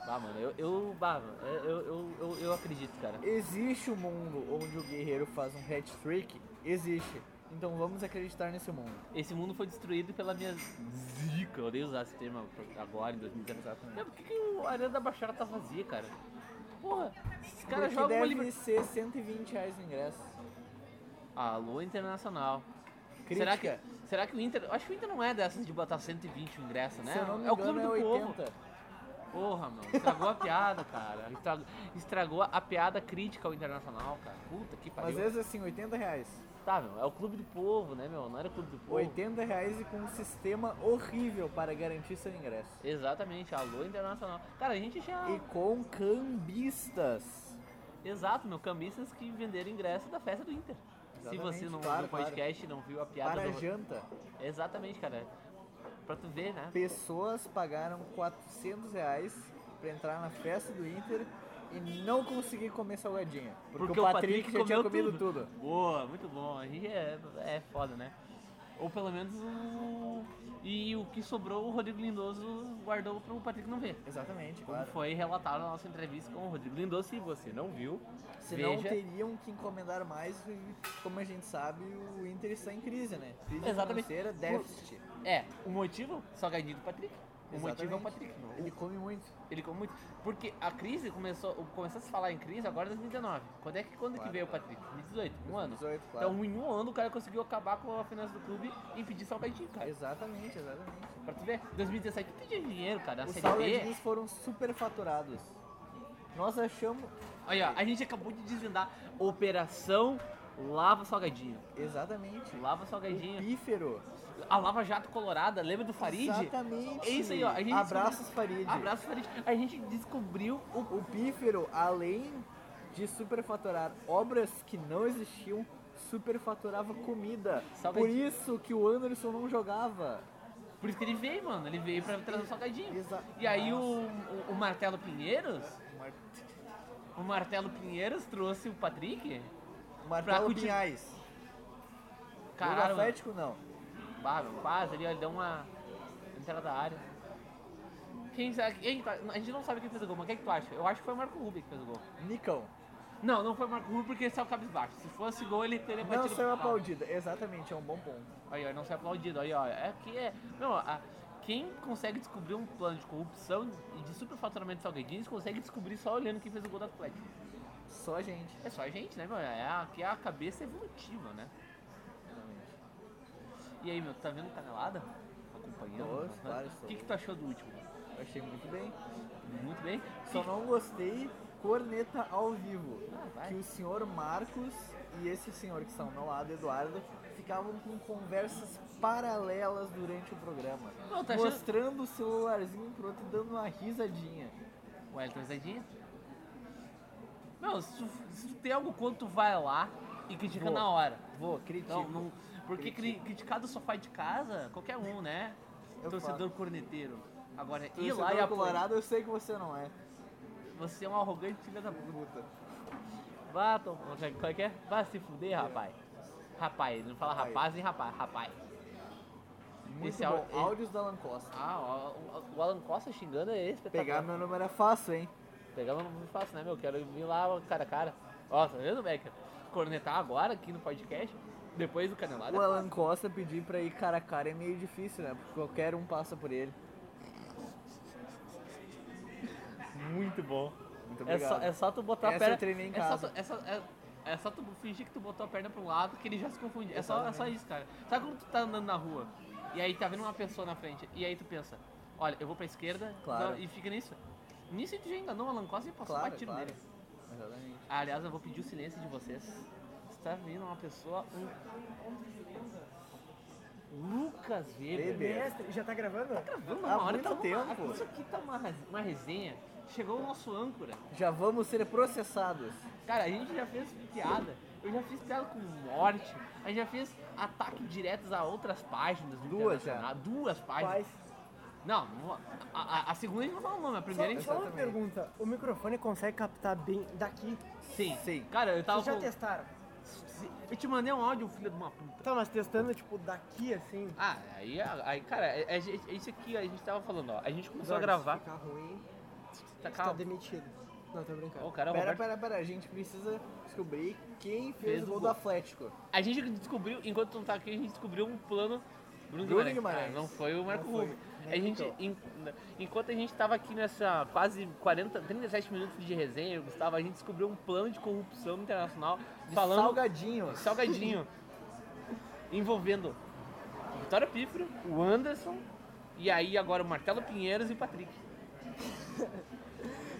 Speaker 1: Bah, mano, eu, eu, bah, mano, eu, eu, eu, eu acredito, cara.
Speaker 2: Existe o mundo onde o guerreiro faz um hat-trick? Existe. Então vamos acreditar nesse mundo.
Speaker 1: Esse mundo foi destruído pela minha zica. Eu odeio usar esse termo agora, em 2019. Mas por que, que o Arena da Baixada tá vazia, cara? Porra, esses caras
Speaker 2: Porque
Speaker 1: jogam uma
Speaker 2: deve
Speaker 1: liber...
Speaker 2: ser 120 reais no ingresso.
Speaker 1: Ah, Alô, Internacional.
Speaker 2: Crítica.
Speaker 1: Será que, será que o Inter... eu Acho que o Inter não é dessas de botar 120 o ingresso, né?
Speaker 2: Se eu não me
Speaker 1: é o
Speaker 2: engano,
Speaker 1: clube
Speaker 2: é
Speaker 1: do
Speaker 2: 80.
Speaker 1: povo. Porra, mano, estragou a piada, cara. Estragou, estragou a piada crítica ao Internacional, cara. Puta que
Speaker 2: Mas às
Speaker 1: pariu.
Speaker 2: vezes assim, 80 reais.
Speaker 1: Tá, meu, é o clube do povo, né, meu? Não era o clube do povo.
Speaker 2: 80 reais e com um sistema horrível para garantir seu ingresso.
Speaker 1: Exatamente, alô, Internacional. Cara, a gente já...
Speaker 2: E com cambistas.
Speaker 1: Exato, meu, cambistas que venderam ingresso da festa do Inter. Se
Speaker 2: Exatamente,
Speaker 1: você não viu
Speaker 2: claro,
Speaker 1: o podcast, não viu a piada
Speaker 2: Para
Speaker 1: do...
Speaker 2: janta,
Speaker 1: Exatamente, cara. Pra tu ver, né?
Speaker 2: pessoas pagaram 400 reais para entrar na festa do Inter e não consegui comer salgadinha. Porque, o Patrick, já tinha comido tudo.
Speaker 1: Boa, muito bom. A gente é, é foda, né? Ou pelo menos o... E o que sobrou, o Rodrigo Lindoso guardou pro Patrick não ver.
Speaker 2: Exatamente,
Speaker 1: Como
Speaker 2: claro.
Speaker 1: foi relatado na nossa entrevista com o Rodrigo Lindoso, se você não viu,
Speaker 2: Senão
Speaker 1: veja...
Speaker 2: teriam que encomendar mais e, como a gente sabe, o Inter está em crise, né? Crise
Speaker 1: Exatamente.
Speaker 2: financeira, déficit.
Speaker 1: É, o motivo, salgadinho do Patrick. O motivo é o
Speaker 2: Exatamente.
Speaker 1: Patrick. meu.
Speaker 2: Ele come muito.
Speaker 1: Ele come muito. Porque a crise começou. Começou a se falar em crise agora em 2019. Quando é que, quando que
Speaker 2: Claro.
Speaker 1: veio o Patrick? 2018, um ano.
Speaker 2: 18, claro.
Speaker 1: Então em um ano o cara conseguiu acabar com a finança do clube e impedir salgadinho, cara.
Speaker 2: Exatamente, exatamente.
Speaker 1: Pra tu ver, 2017 tu tinha dinheiro, cara. Na
Speaker 2: Os
Speaker 1: série B.
Speaker 2: salgadinhos foram superfaturados. Nós achamos.
Speaker 1: Aí, ó, a gente acabou de desvendar. Operação Lava Salgadinho.
Speaker 2: Exatamente.
Speaker 1: Lava
Speaker 2: O
Speaker 1: Salgadinho.
Speaker 2: pífero.
Speaker 1: A Lava Jato Colorada, lembra do Farid?
Speaker 2: Exatamente.
Speaker 1: É isso aí, ó. A gente
Speaker 2: Abraços, Farid.
Speaker 1: Abraço, Farid. A gente descobriu o
Speaker 2: O pífero, além de superfaturar obras que não existiam, superfaturava comida.
Speaker 1: Salgadinho.
Speaker 2: Por isso que o Anderson não jogava.
Speaker 1: Por isso que ele veio, mano. Ele veio pra trazer o salgadinho.
Speaker 2: Exa-
Speaker 1: E aí o, o, o Martelo Pinheiros, o Martelo Pinheiros trouxe o Patrick.
Speaker 2: Martelo
Speaker 1: culti-
Speaker 2: Pinhais.
Speaker 1: Caralho,
Speaker 2: o Atlético não.
Speaker 1: mano. Bah, meu, quase ali, ó, ele deu uma entrada da área. Quem sabe, quem tá- a gente não sabe quem fez o gol, mas quem que tu acha? Eu acho que foi o Marco Rubio que fez o gol.
Speaker 2: Nicão.
Speaker 1: Não, não foi o Marco Rubio porque ele saiu cabisbaixo. Se fosse gol, ele teria batido.
Speaker 2: Não saiu
Speaker 1: pro final.
Speaker 2: aplaudida. Exatamente, é um bom ponto.
Speaker 1: Aí, ó, não ser aplaudido. Aí, ó, é que é. Não, a- quem consegue descobrir um plano de corrupção e de superfaturamento de salgadinhos consegue descobrir só olhando quem fez o gol do Atlético.
Speaker 2: Só a gente.
Speaker 1: É só a gente, né, meu? É a, que é a cabeça evolutiva, né? E aí, meu, tu tá vendo canelada? Acompanhando?
Speaker 2: Tô, claro, estou.
Speaker 1: o que, que tu achou do último?
Speaker 2: Eu achei muito bem.
Speaker 1: Muito bem.
Speaker 2: Só não gostei corneta ao vivo.
Speaker 1: Ah, vai.
Speaker 2: que o senhor Marcos e esse senhor que são não lado Eduardo ficavam com conversas paralelas durante o programa.
Speaker 1: Não, tá achando-
Speaker 2: mostrando o celularzinho pro outro e dando uma risadinha.
Speaker 1: O Elton Zedinha? tá Meu, se tu, se tu tem algo quanto tu vai lá e critica
Speaker 2: Vou.
Speaker 1: na hora.
Speaker 2: Vou, critico.
Speaker 1: Não, não. Tipo, Porque tipo cri,
Speaker 2: Critico.
Speaker 1: criticar do sofá de casa, qualquer um, né?
Speaker 2: Eu
Speaker 1: Torcedor
Speaker 2: falo.
Speaker 1: corneteiro. Agora, ir
Speaker 2: Torcedor
Speaker 1: lá e apoiar.
Speaker 2: colorado, eu sei que você não é.
Speaker 1: Você é um arrogante filho da puta.
Speaker 2: Puta.
Speaker 1: Vá, tom- qual é que é? Vá se fuder, rapaz. Rapaz, ele não fala
Speaker 2: Rapaz.
Speaker 1: rapaz nem rapaz, rapaz.
Speaker 2: Muito
Speaker 1: Esse
Speaker 2: bom.
Speaker 1: áudio- ele-
Speaker 2: Áudios da Lancosta.
Speaker 1: Ah, o, o Alan Costa xingando é espetacular.
Speaker 2: Pegar meu número é fácil, hein?
Speaker 1: Pegar meu nome fácil, né, meu? Quero vir lá cara a cara. Ó, tá vendo, Becker? Cornetar agora aqui no podcast, depois do Canelada.
Speaker 2: O Alan Costa pedir pra ir cara a cara é meio difícil, né? Porque qualquer um passa por ele.
Speaker 1: Muito bom.
Speaker 2: Muito
Speaker 1: É só,
Speaker 2: obrigado.
Speaker 1: é só tu botar a
Speaker 2: Essa
Speaker 1: perna...
Speaker 2: eu treinei em
Speaker 1: é
Speaker 2: casa.
Speaker 1: Só tu, é, só, é, é só tu fingir que tu botou a perna pra um lado que ele já se confunde. É só, é só isso, cara. Sabe quando tu tá andando na rua e aí tá vendo uma pessoa na frente e aí tu pensa, olha, eu vou pra esquerda
Speaker 2: Claro.
Speaker 1: não, e fica nisso. Nisso tu já enganou o Alan Costa e passou
Speaker 2: Claro,
Speaker 1: batido
Speaker 2: claro.
Speaker 1: nele.
Speaker 2: Exatamente.
Speaker 1: Aliás, eu vou pedir o silêncio de vocês. Está vindo uma pessoa. Um... Lucas Weber.
Speaker 2: Weber.
Speaker 4: Mestre, já tá gravando?
Speaker 1: Gravando
Speaker 2: Há
Speaker 1: uma hora
Speaker 2: muito
Speaker 1: tá uma-
Speaker 2: tempo.
Speaker 1: Isso aqui tá uma, res- uma resenha. Chegou o nosso âncora.
Speaker 2: Já vamos ser processados.
Speaker 1: Cara, a gente já fez piada. Eu já fiz piada com morte. Eu já fiz ataque diretos a outras páginas. do
Speaker 3: Duas,
Speaker 1: Internacional. Duas páginas.
Speaker 2: Faz.
Speaker 1: Não, não- a, a- a segunda a gente não falou o nome, a
Speaker 2: Só,
Speaker 1: primeira a gente
Speaker 2: só uma
Speaker 3: Exatamente.
Speaker 2: pergunta, o microfone consegue captar bem daqui?
Speaker 1: Sim.
Speaker 3: Sim.
Speaker 1: Cara, eu tava.
Speaker 2: Vocês já
Speaker 1: com-
Speaker 2: testaram?
Speaker 1: Eu te mandei um áudio, filho de uma puta.
Speaker 2: Tá, mas testando, tipo, daqui assim.
Speaker 1: Ah, aí, aí cara, é, é- é isso aqui a gente tava falando, ó. A gente começou a
Speaker 2: Eduardo,
Speaker 1: gravar.
Speaker 2: Se ficar ruim,
Speaker 1: Tá,
Speaker 2: tá
Speaker 1: calma.
Speaker 2: demitido. Não, tô brincando.
Speaker 1: Ó, o cara, o
Speaker 3: Pera,
Speaker 1: Roberto-
Speaker 3: pera, pera, a gente precisa descobrir quem fez,
Speaker 1: Fez
Speaker 3: o
Speaker 1: o
Speaker 3: gol do
Speaker 1: gol.
Speaker 3: Atlético.
Speaker 1: A gente descobriu, enquanto tu não tá aqui, a gente descobriu um plano Bruno
Speaker 3: Bruno
Speaker 1: Guimarães.
Speaker 3: Guimarães.
Speaker 1: Ah, não foi o Marco
Speaker 2: Não foi. Então,
Speaker 1: Rubio. A gente, en- enquanto a gente tava aqui nessa quase 40, 37 minutos de resenha, Gustavo, a gente descobriu um plano de corrupção internacional falando
Speaker 3: Salgadinho.
Speaker 1: salgadinho envolvendo Vitória Pifro, o Anderson e aí agora o Martelo Pinheiros e o Patrick.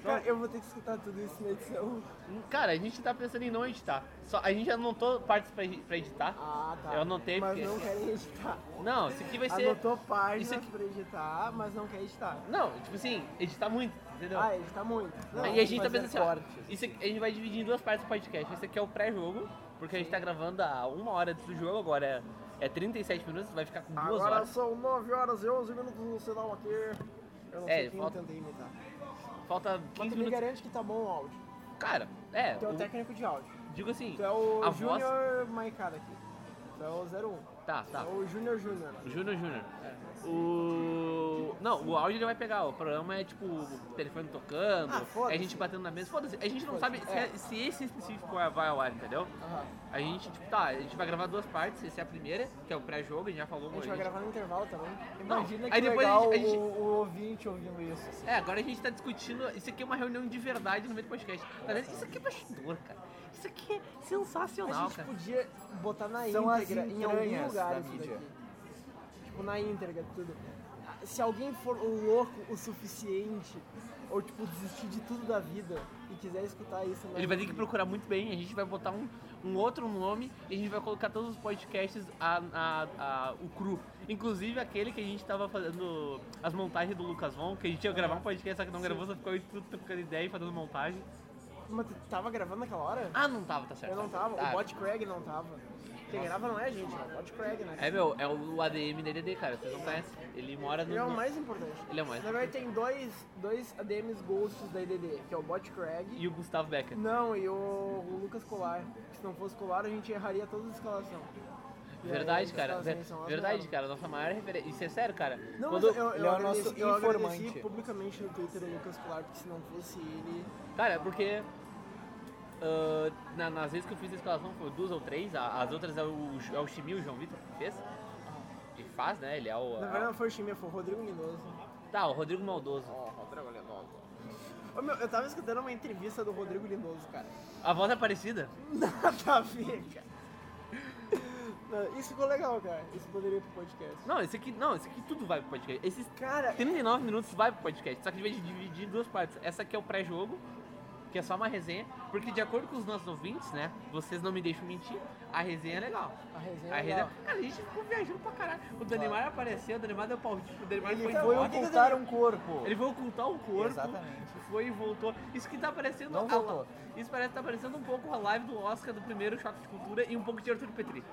Speaker 2: Cara, eu vou ter que escutar tudo isso na edição.
Speaker 1: Cara, a gente tá pensando em não editar. Só, a gente já anotou partes pra, pra editar.
Speaker 2: Ah, tá.
Speaker 1: Eu anotei
Speaker 2: Mas
Speaker 1: porque-
Speaker 2: não querem editar.
Speaker 1: Não, isso aqui vai ser.
Speaker 2: Anotou páginas
Speaker 1: isso aqui-
Speaker 2: pra editar, mas não quer editar.
Speaker 1: Não, tipo assim, editar muito, entendeu?
Speaker 2: Ah, editar muito. Não,
Speaker 1: Aí a gente tá
Speaker 3: fazer
Speaker 1: pensando assim, ó,
Speaker 3: cortes.
Speaker 1: isso aqui- a gente vai dividir em duas partes do podcast. Esse aqui é o pré-jogo, porque a gente tá gravando há uma hora antes do jogo, agora é, é 37 minutos, vai ficar com duas
Speaker 2: Agora
Speaker 1: horas.
Speaker 2: são 9 horas e 11 minutos no sinal aqui. Eu não
Speaker 1: É,
Speaker 2: sei quem
Speaker 1: falta-
Speaker 2: eu tentei imitar.
Speaker 1: Falta
Speaker 2: Mas
Speaker 1: 15
Speaker 2: tu me
Speaker 1: minutos.
Speaker 2: garante que tá bom o áudio.
Speaker 1: Cara, é,
Speaker 2: Tu é o
Speaker 1: o-
Speaker 2: técnico de áudio.
Speaker 1: digo assim,
Speaker 2: Tu é o
Speaker 1: a voz...
Speaker 2: Junior Maicada aqui. Tu é o 01.
Speaker 1: Tá,
Speaker 2: Tu
Speaker 1: tá.
Speaker 2: É o Junior Junior. né?
Speaker 1: Júnior, Júnior. O. Não, o áudio ele vai pegar. O programa é tipo o telefone tocando,
Speaker 2: Ah, foda-se.
Speaker 1: é a gente batendo na mesa. Foda-se, a gente não sabe
Speaker 2: Foda-se,
Speaker 1: se, é- se esse específico é, vai ao ar, entendeu?
Speaker 2: Aham.
Speaker 1: A gente, tipo, tá, a gente vai gravar duas partes, essa é a primeira, que é o pré-jogo, a gente já falou
Speaker 2: A gente
Speaker 1: hoje.
Speaker 2: vai gravar no intervalo também.
Speaker 1: Não,
Speaker 2: Imagina que
Speaker 1: aí depois a
Speaker 2: legal
Speaker 1: gente- a gente-
Speaker 2: O, o ouvinte ouvindo isso. assim.
Speaker 1: É, agora a gente tá discutindo. Isso aqui é uma reunião de verdade no meio do podcast. Tá vendo? Isso aqui é bastidor, cara. Isso aqui é
Speaker 2: A
Speaker 1: sensacional,
Speaker 2: gente
Speaker 1: cara.
Speaker 2: podia botar na
Speaker 3: São as
Speaker 2: íntegra em algum
Speaker 3: entranhas da
Speaker 2: lugar isso
Speaker 3: mídia.
Speaker 2: daqui. Tipo, na íntegra, tudo. Se alguém for louco o suficiente, ou tipo, desistir de tudo da vida e quiser escutar isso... na
Speaker 1: Ele vai ter que
Speaker 2: íntegra.
Speaker 1: procurar muito bem, a gente vai botar um, um outro nome e a gente vai colocar todos os podcasts a, a- a- o cru. Inclusive aquele que a gente tava fazendo as montagens do Lucas Von, que a
Speaker 2: É.
Speaker 1: gente ia gravar um podcast, só que não gravou, só ficou aí tudo trocando ideia e fazendo montagem.
Speaker 2: Mas tu tava gravando naquela hora?
Speaker 1: Ah, não tava, tá certo.
Speaker 2: Eu não tava.
Speaker 1: Tá.
Speaker 2: O Bot Craig não tava. Quem grava não é a gente, é o Bot Craig, né?
Speaker 1: É meu, é o ADM da DD, cara, vocês não conhecem. Ele mora no.
Speaker 2: Ele é o
Speaker 1: no-
Speaker 2: mais importante.
Speaker 1: Ele é o mais.
Speaker 2: Na verdade tem dois, dois ADMs ghosts da IDD, que é o Bot Craig
Speaker 1: E o Gustavo Becker.
Speaker 2: Não, e o, o Lucas Colar. Se não fosse Colar, a gente erraria todas as escalações. E aí,
Speaker 1: Verdade,
Speaker 2: as
Speaker 1: cara.
Speaker 2: escalações
Speaker 1: Ver-
Speaker 2: são as
Speaker 1: Verdade,
Speaker 2: melhores.
Speaker 1: cara. Nossa maior referência. Isso é sério, cara.
Speaker 2: Não,
Speaker 1: Quando-
Speaker 2: mas eu,
Speaker 3: ele é
Speaker 2: eu,
Speaker 3: o
Speaker 2: agradeci,
Speaker 3: nosso
Speaker 2: eu agradeci
Speaker 3: informante.
Speaker 2: publicamente no Twitter o Lucas Colar, porque se não fosse ele...
Speaker 1: Cara, porque. ah, na- nas vezes que eu fiz a escalação, foi duas ou três. a- As outras é o, é o Chimil, o João Vitor, que fez. Que faz, né? Ele é o.
Speaker 2: Na verdade não foi o Chimia, foi o Rodrigo Minoso.
Speaker 1: Tá, o Rodrigo Maldoso.
Speaker 2: Ô, meu, eu tava escutando uma entrevista do Rodrigo Lindoso, cara.
Speaker 1: A voz é parecida?
Speaker 2: Nada a ver, cara. Não, Isso ficou legal, cara. Isso poderia ir pro podcast.
Speaker 1: Não, esse aqui. Não, esse aqui tudo vai pro podcast. Esses
Speaker 2: Cara,
Speaker 1: 39 minutos vai pro podcast. Só que a gente vai dividir em duas partes. Essa aqui é o pré-jogo, que é só uma resenha. Porque de acordo com os nossos ouvintes, né? Vocês não me deixam mentir, a resenha é legal.
Speaker 2: a resenha
Speaker 1: A
Speaker 2: é legal.
Speaker 1: resenha... Cara, a gente ficou viajando pra caralho. O Danimar apareceu, o Danimar deu pau. Tipo, o Danimar
Speaker 2: Então,
Speaker 3: Ele
Speaker 1: foi,
Speaker 3: foi
Speaker 1: embora.
Speaker 3: ocultar um corpo.
Speaker 1: Ele foi ocultar o corpo.
Speaker 3: Exatamente.
Speaker 1: Foi e voltou. Isso que tá parecendo.
Speaker 3: Não
Speaker 1: a-
Speaker 3: voltou.
Speaker 1: Isso parece que tá parecendo um pouco a live do Oscar do primeiro Choque de Cultura e um pouco de Arthur Petri.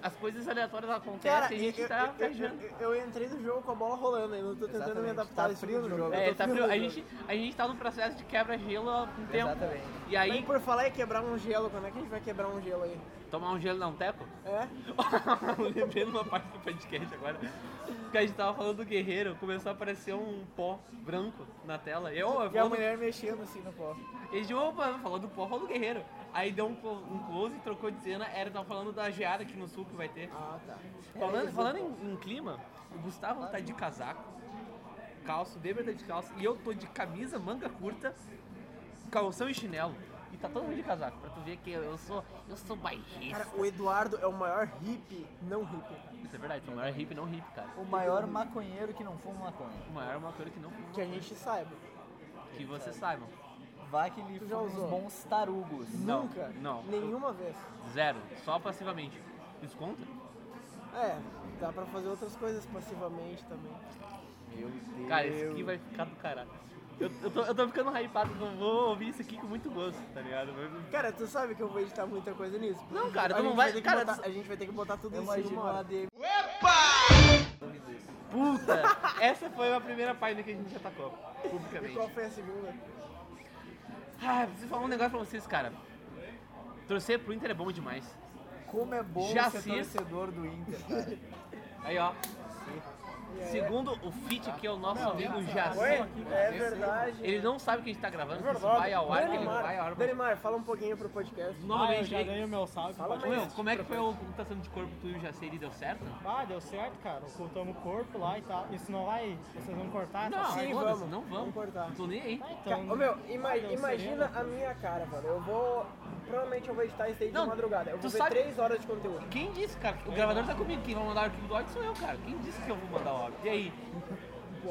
Speaker 1: As coisas aleatórias acontecem
Speaker 2: Cara,
Speaker 1: e
Speaker 2: eu,
Speaker 1: a gente
Speaker 2: eu-
Speaker 1: tá
Speaker 2: eu-
Speaker 1: viajando.
Speaker 2: eu- eu entrei no jogo com a bola rolando ainda, eu tô tentando me
Speaker 3: Exatamente,
Speaker 2: adaptar
Speaker 3: tá
Speaker 2: a esse
Speaker 3: frio
Speaker 2: tipo
Speaker 3: no
Speaker 2: de
Speaker 3: jogo.
Speaker 2: eu
Speaker 1: É,
Speaker 2: tô
Speaker 1: tá
Speaker 2: frio
Speaker 1: frio.
Speaker 2: no
Speaker 1: A
Speaker 2: jogo.
Speaker 1: gente, a gente tá num processo de quebra-gelo há um tempo.
Speaker 3: Exatamente.
Speaker 1: E
Speaker 2: Aí,
Speaker 1: aí,
Speaker 2: por falar em quebrar um gelo, quando é que a gente vai quebrar um gelo aí?
Speaker 1: tomar um gelo não teco?
Speaker 2: É?
Speaker 1: Eu Lembrei de uma parte do podcast agora. Que a gente tava falando do guerreiro, começou a aparecer um pó branco na tela. E eu, eu
Speaker 2: E a
Speaker 1: falando,
Speaker 2: mulher mexendo assim no pó.
Speaker 1: eles de opa, falou do pó, falou do guerreiro. Aí deu um, clo- um close, trocou de cena, era tava falando da geada aqui no sul que vai ter.
Speaker 2: Ah, tá.
Speaker 3: É,
Speaker 1: Falando, falando em, em clima, o Gustavo tá de casaco, calço, o Deber tá de calço, e eu tô de camisa, manga curta, calção e chinelo. E tá todo mundo de casaco, pra tu ver que eu sou, eu sou bairrista.
Speaker 2: Cara, o Eduardo é o maior hippie, não hippie,
Speaker 1: Isso é verdade, sou o maior hippie, não hippie, cara.
Speaker 3: O maior maconheiro que não fuma maconha.
Speaker 1: O maior é uma coisa que não
Speaker 2: que a gente saiba.
Speaker 1: que vocês saibam.
Speaker 3: Vai que ele
Speaker 2: Tu já
Speaker 3: fuma uns
Speaker 2: usou?
Speaker 3: bons tarugos.
Speaker 1: Não,
Speaker 2: Nunca.
Speaker 1: não.
Speaker 2: Nenhuma vez.
Speaker 1: Zero, só passivamente. Isso conta?
Speaker 2: É, dá pra fazer outras coisas passivamente também.
Speaker 3: Meu Deus.
Speaker 1: Cara, esse aqui vai ficar do caralho. Eu, eu tô, eu tô ficando hypado, eu vou ouvir isso aqui com muito gosto, tá ligado? Mas-
Speaker 2: Cara, tu sabe que eu vou editar muita coisa nisso.
Speaker 1: Não, cara,
Speaker 2: A
Speaker 1: tu não
Speaker 2: gente
Speaker 1: vai-
Speaker 2: ter que
Speaker 1: cara,
Speaker 2: botar-
Speaker 1: tu-
Speaker 2: a gente vai ter que botar tudo
Speaker 5: Eu
Speaker 2: isso em
Speaker 3: um
Speaker 5: imagino
Speaker 2: uma
Speaker 5: uma
Speaker 2: hora.
Speaker 5: DM.
Speaker 1: Puta! Essa foi a primeira página que a gente atacou, publicamente.
Speaker 2: Qual foi a segunda?
Speaker 1: Ah, preciso falar um negócio pra vocês, cara. Torcer pro Inter é bom demais.
Speaker 5: Como é bom
Speaker 1: Já
Speaker 5: ser
Speaker 1: se-
Speaker 5: torcedor do Inter, cara.
Speaker 1: Aí, ó. Segundo o Fit, que é o nosso amigo Jacir,
Speaker 2: É verdade.
Speaker 1: ele não sabe que a gente tá gravando,
Speaker 3: É
Speaker 1: que isso vai ao ar, que ele vai ao ar. mas-
Speaker 2: Danimar, fala um pouquinho pro podcast.
Speaker 3: Ah, eu
Speaker 1: Normalmente,
Speaker 3: já ganhei o meu salve.
Speaker 2: Fala
Speaker 3: pode-
Speaker 2: mais.
Speaker 1: Meu, como é que foi a computação de corpo tu e o Jacir, deu certo?
Speaker 3: Ah, deu certo, cara. Ocultamos o corpo lá e tal. Isso não vai. Vocês vão cortar? essa
Speaker 1: Não,
Speaker 3: parte?
Speaker 2: sim,
Speaker 1: foda-se,
Speaker 2: vamos.
Speaker 1: não
Speaker 2: Vamos
Speaker 1: vamos.
Speaker 2: cortar.
Speaker 1: Não tô nem aí.
Speaker 3: Ah, então.
Speaker 2: Ô meu, ima-
Speaker 3: Ah, deu
Speaker 2: imagina
Speaker 3: sereno.
Speaker 2: a minha cara, mano. Eu vou. Provavelmente eu vou editar isso daí de
Speaker 1: Não,
Speaker 2: madrugada. Eu vou
Speaker 1: tu
Speaker 2: ver
Speaker 1: sabe-
Speaker 2: três horas de conteúdo.
Speaker 1: Quem disse, cara? O gravador tá comigo. Quem vai mandar o arquivo do áudio sou eu, cara. Quem disse que eu vou mandar o áudio? E aí?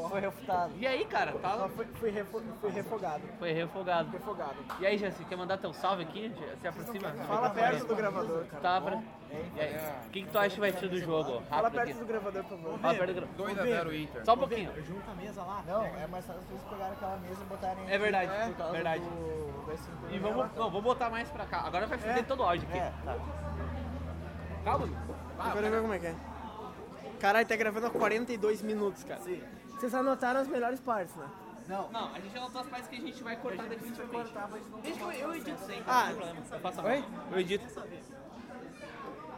Speaker 5: Foi refutado.
Speaker 1: E aí, cara?
Speaker 2: Só
Speaker 1: Tá...
Speaker 2: fui, fui, refo- fui refogado.
Speaker 1: Foi refogado.
Speaker 2: Refogado.
Speaker 1: E aí, Jacir, quer mandar teu salve aqui? Se aproxima.
Speaker 2: Fala perto do gravador, cara.
Speaker 1: Tá pra... E aí? O que, que tu acha que vai ser do jogo?
Speaker 2: Fala
Speaker 1: Rápido aqui.
Speaker 2: perto do gravador, por favor.
Speaker 1: Fala perto do gra-
Speaker 6: 2 a 0 Inter.
Speaker 1: Só um pouquinho.
Speaker 3: Junta a mesa lá.
Speaker 5: Não, é mais fácil vocês pegarem aquela mesa e botarem.
Speaker 1: É verdade,
Speaker 5: aqui, por causa
Speaker 1: verdade.
Speaker 5: do- da estrutura
Speaker 1: E
Speaker 5: dela.
Speaker 1: vamos... Não, vou botar mais pra cá. Agora vai foder todo o áudio aqui.
Speaker 5: É, tá.
Speaker 1: Calma.
Speaker 2: Agora eu ver como é que é. Caralho, tá gravando há 42 minutos, cara. Vocês anotaram as melhores partes, né?
Speaker 5: Não,
Speaker 1: Não, a gente é já notou as partes que a gente vai cortar daqui pra frente. Deixa eu, eu edito sem
Speaker 2: Ah,
Speaker 1: problema. Eu faço a mão. Eu edito.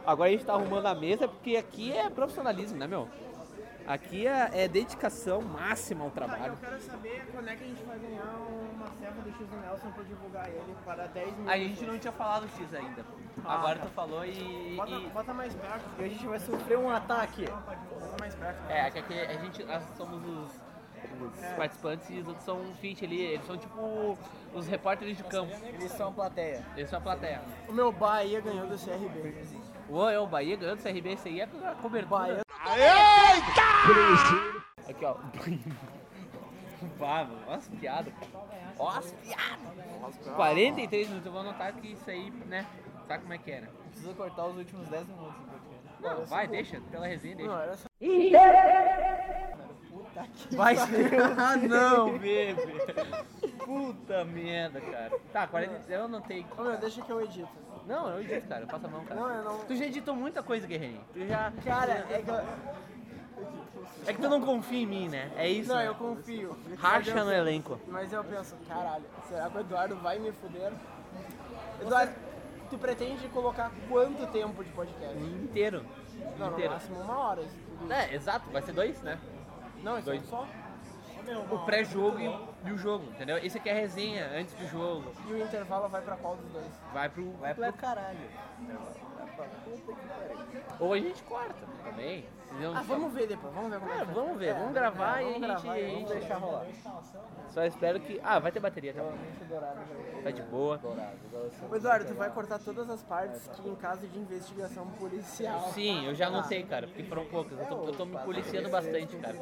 Speaker 1: Agora a gente tá arrumando a mesa porque aqui é profissionalismo, né, meu? Aqui é, é dedicação máxima ao trabalho.
Speaker 2: Tá, quero saber quando é que a gente vai ganhar uma serva do X Nelson pra divulgar ele para 10 mil.
Speaker 1: A gente não tinha falado X ainda. Agora tu falou e. e-
Speaker 2: mais perto.
Speaker 5: E a gente vai sofrer um ataque.
Speaker 2: Bota mais perto.
Speaker 1: É, que aqui a É. gente nós somos os, os participantes e os outros são um fit ali. Eles são tipo os repórteres de campo.
Speaker 5: Eles são plateia.
Speaker 1: Eles são a plateia.
Speaker 2: O meu Bahia ganhou do CRB.
Speaker 1: Ô, é o Bahia ganhando o CRB, isso aí é cobertura.
Speaker 2: Bahia.
Speaker 1: Aqui, ó. Pá, mano, olha as piadas, cara. Olha as piadas. 43 minutos, eu vou anotar que isso aí, né? Sabe como é que era?
Speaker 5: Precisa cortar os últimos 10 minutos do podcast.
Speaker 1: Não, vai, deixa, pela resenha,
Speaker 2: Não, é-
Speaker 1: deixa.
Speaker 2: era só.
Speaker 1: Vai ser. Ah, não, bebê. Puta merda, cara. Tá, 40, eu anotei.
Speaker 2: Ô meu, deixa que eu edito.
Speaker 1: Não, eu edito, cara, eu passo a mão, cara.
Speaker 2: Não, é- eu não-
Speaker 1: Tu já editou muita coisa, guerreirinho. Tu já.
Speaker 2: Cara, é que eu.
Speaker 1: É que tu não confia em mim, né? É isso? é
Speaker 2: Não,
Speaker 1: né?
Speaker 2: eu confio.
Speaker 1: Racha no elenco.
Speaker 2: Mas eu penso, caralho, será que o Eduardo vai me fuder? Eduardo, tu pretende colocar quanto tempo de podcast?
Speaker 1: Inteiro.
Speaker 2: Não, no
Speaker 1: Inteiro.
Speaker 2: máximo uma hora. isso tudo.
Speaker 1: É, exato, vai ser dois, né?
Speaker 2: Não, isso é
Speaker 1: Dois.
Speaker 2: só.
Speaker 1: o pré-jogo e, e o jogo, entendeu? Esse aqui é a resenha antes do jogo.
Speaker 2: E o intervalo vai pra qual dos dois?
Speaker 1: Vai pro.
Speaker 5: Vai pro caralho.
Speaker 1: Ou a gente corta também. entendeu?
Speaker 2: Ah, vamos ver depois, vamos ver como é,
Speaker 1: É,
Speaker 2: que
Speaker 1: vamos ver,
Speaker 2: É,
Speaker 1: vamos gravar
Speaker 2: é,
Speaker 1: e a
Speaker 2: vamos
Speaker 1: gente-
Speaker 2: gravar e
Speaker 1: a
Speaker 2: vamos
Speaker 1: gente-
Speaker 2: deixar rolar.
Speaker 1: Só espero que. Ah, vai ter bateria, tá, bom.
Speaker 5: Realmente dourado.
Speaker 1: tá de boa.
Speaker 2: Ô, Eduardo, tu vai cortar todas as partes que em caso de investigação policial.
Speaker 1: Sim, eu já não sei, cara, porque foram poucas. Eu tô, eu tô me policiando bastante, cara.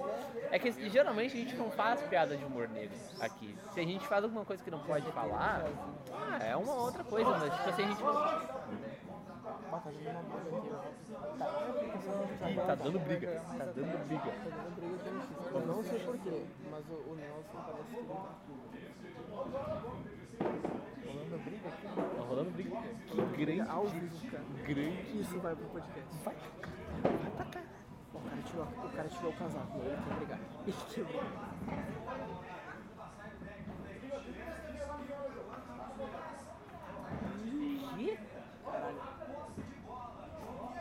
Speaker 1: É que geralmente a gente não faz piada de humor negro aqui. Se a gente faz alguma coisa que não pode falar, ah, é uma outra coisa, mas tipo assim, a gente não. Ih, tá dando briga, tá dando briga.
Speaker 2: Eu não sei porquê, mas o, o Nelson parece que.
Speaker 1: Tá rolando briga. Que grande,
Speaker 2: Ao vivo, cara.
Speaker 1: grande.
Speaker 2: Isso vai pro podcast. Vai. Vai pra cá. Ó, O cara tirou, o cara tirou o casaco, meu, ele quer brigar. Ele quebrou.
Speaker 1: Que?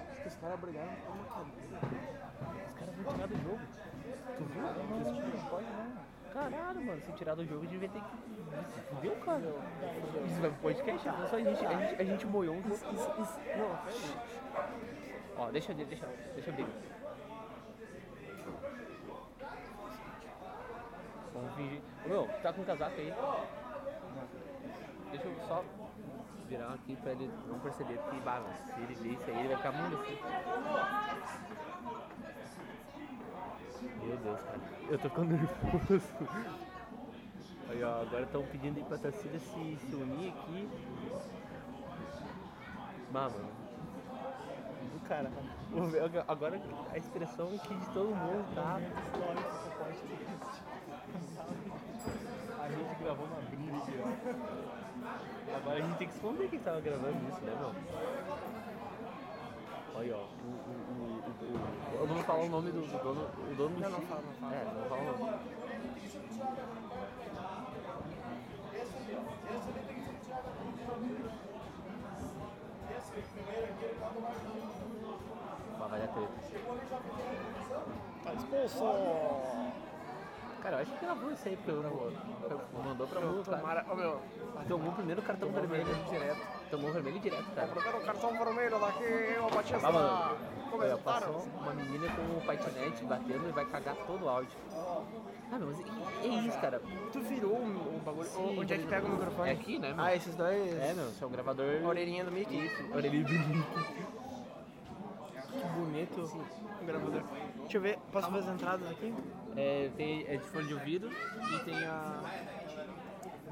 Speaker 2: Acho que os caras brigaram por uma cadeira.
Speaker 1: tipo né? Caralho, mano, se tirar do jogo, devia ter que. Viu, cara? Isso vai pro podcast? Não é só a gente, a gente, a gente moiou um jogo.
Speaker 2: Isso, isso, não,
Speaker 1: Ó, deixa eu deixa, deixa eu abrir. Vamos fingir. Ô, Meu, tá com casaco aí? Deixa eu só virar aqui pra ele não perceber, porque bah, mano, se ele ver isso aí, ele vai ficar muito assim. Meu Deus, cara. Eu tô ficando nervoso. Aí, ó, agora estão pedindo aí pra Tacília se, se unir aqui. Bah, mano. Do cara. O- Agora a expressão que de todo mundo tá.
Speaker 7: acabou na briga. Agora a gente tem que esconder quem tava gravando isso, né, meu? Olha, ó. o- o- o- o-
Speaker 1: Eu não vou falar o nome do, do dono, o dono do Não, não fala, não fala. É, não fala o nome. Mas Vai dar treta.
Speaker 3: Tá expulso!
Speaker 1: Cara, eu acho que gravou isso aí, porque eu não- mandou pra rua,
Speaker 3: tá
Speaker 1: cara.
Speaker 7: Tomara- Ô, meu,
Speaker 1: Tomou o primeiro cartão Tá vermelho. né? Tá.
Speaker 7: direto.
Speaker 1: Tomou vermelho direto,
Speaker 2: Tá
Speaker 1: cara.
Speaker 7: Primeiro cartão vermelho daqui, eu bati essa.
Speaker 1: Ah, mano, olha,
Speaker 7: Comentário.
Speaker 1: passou uma menina com um patinete batendo e vai cagar todo o áudio. Ah, meu, mas é- é isso, cara.
Speaker 4: Tu virou o o bagulho. O- Onde é que pega o microfone?
Speaker 1: É aqui, né, meu?
Speaker 4: Ah, esses dois.
Speaker 1: É, meu, isso é um gravador...
Speaker 4: A orelhinha do Mickey? Isso.
Speaker 1: Orelhinha do Mickey.
Speaker 4: Bonito. O gravador. Deixa eu ver, posso fazer as entradas aqui?
Speaker 1: É, tem, é de fone de ouvido e tem a...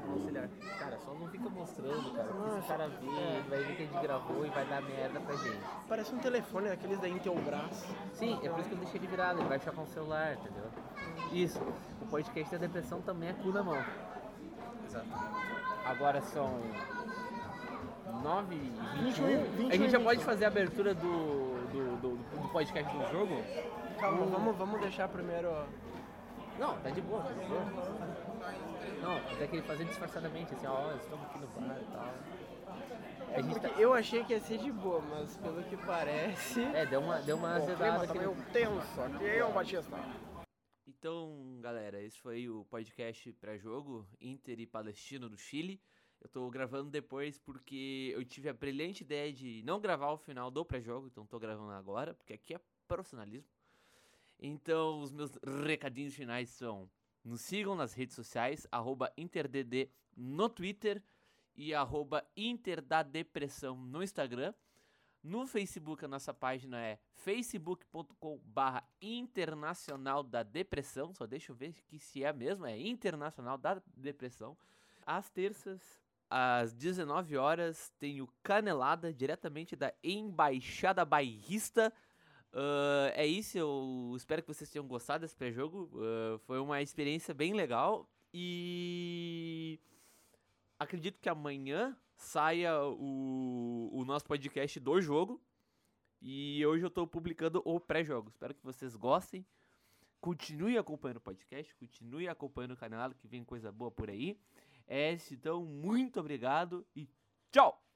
Speaker 4: Auxiliar.
Speaker 1: Cara, só não fica mostrando, cara. Porque se
Speaker 4: Nossa.
Speaker 1: o cara ver, ele vai ver que a gente gravou e vai dar merda pra gente.
Speaker 4: Parece um telefone daqueles da Intelbras.
Speaker 1: Sim, é por isso que eu deixei ele virado, ele vai achar com o celular, entendeu? Isso, o podcast da depressão também é cu na mão.
Speaker 7: Exato.
Speaker 1: Agora são 9 e 21.
Speaker 3: 21.
Speaker 1: A gente já pode fazer a abertura do, do, do, do podcast do jogo?
Speaker 4: Calma, vamos, vamos deixar primeiro.
Speaker 1: Não, tá de boa, tá de boa. Não, mas é que ele fazia disfarçadamente, assim, ó, estamos aqui no bar e tal. A gente tá...
Speaker 4: Porque eu achei que ia ser de boa, mas pelo que parece. tá
Speaker 1: É, deu uma, deu uma azedada aqui. no-
Speaker 7: tenso aqui, eu Batista.
Speaker 1: Então, galera, esse foi o podcast pré-jogo Inter e Palestino do Chile. Eu tô gravando depois porque eu tive a brilhante ideia de não gravar o final do pré-jogo, então tô gravando agora, porque aqui é profissionalismo. Então, os meus recadinhos finais são: nos sigam nas redes sociais, arroba InterDD no Twitter e arroba Inter da Depressão no Instagram. No Facebook, a nossa página é facebook.com/barra internacional da depressão. Só deixa eu ver que se é mesmo, é internacional da depressão. Às terças, às 19 horas, tem o Canelada, diretamente da Embaixada Bairrista. Ah, é isso, eu espero que vocês tenham gostado desse pré-jogo. Ah, foi uma experiência bem legal. E acredito que amanhã saia o, o nosso podcast do jogo. E hoje eu tô publicando o pré-jogo. Espero que vocês gostem. Continue acompanhando o podcast, continue acompanhando o canal, que vem coisa boa por aí. É, isso, então, muito obrigado e tchau!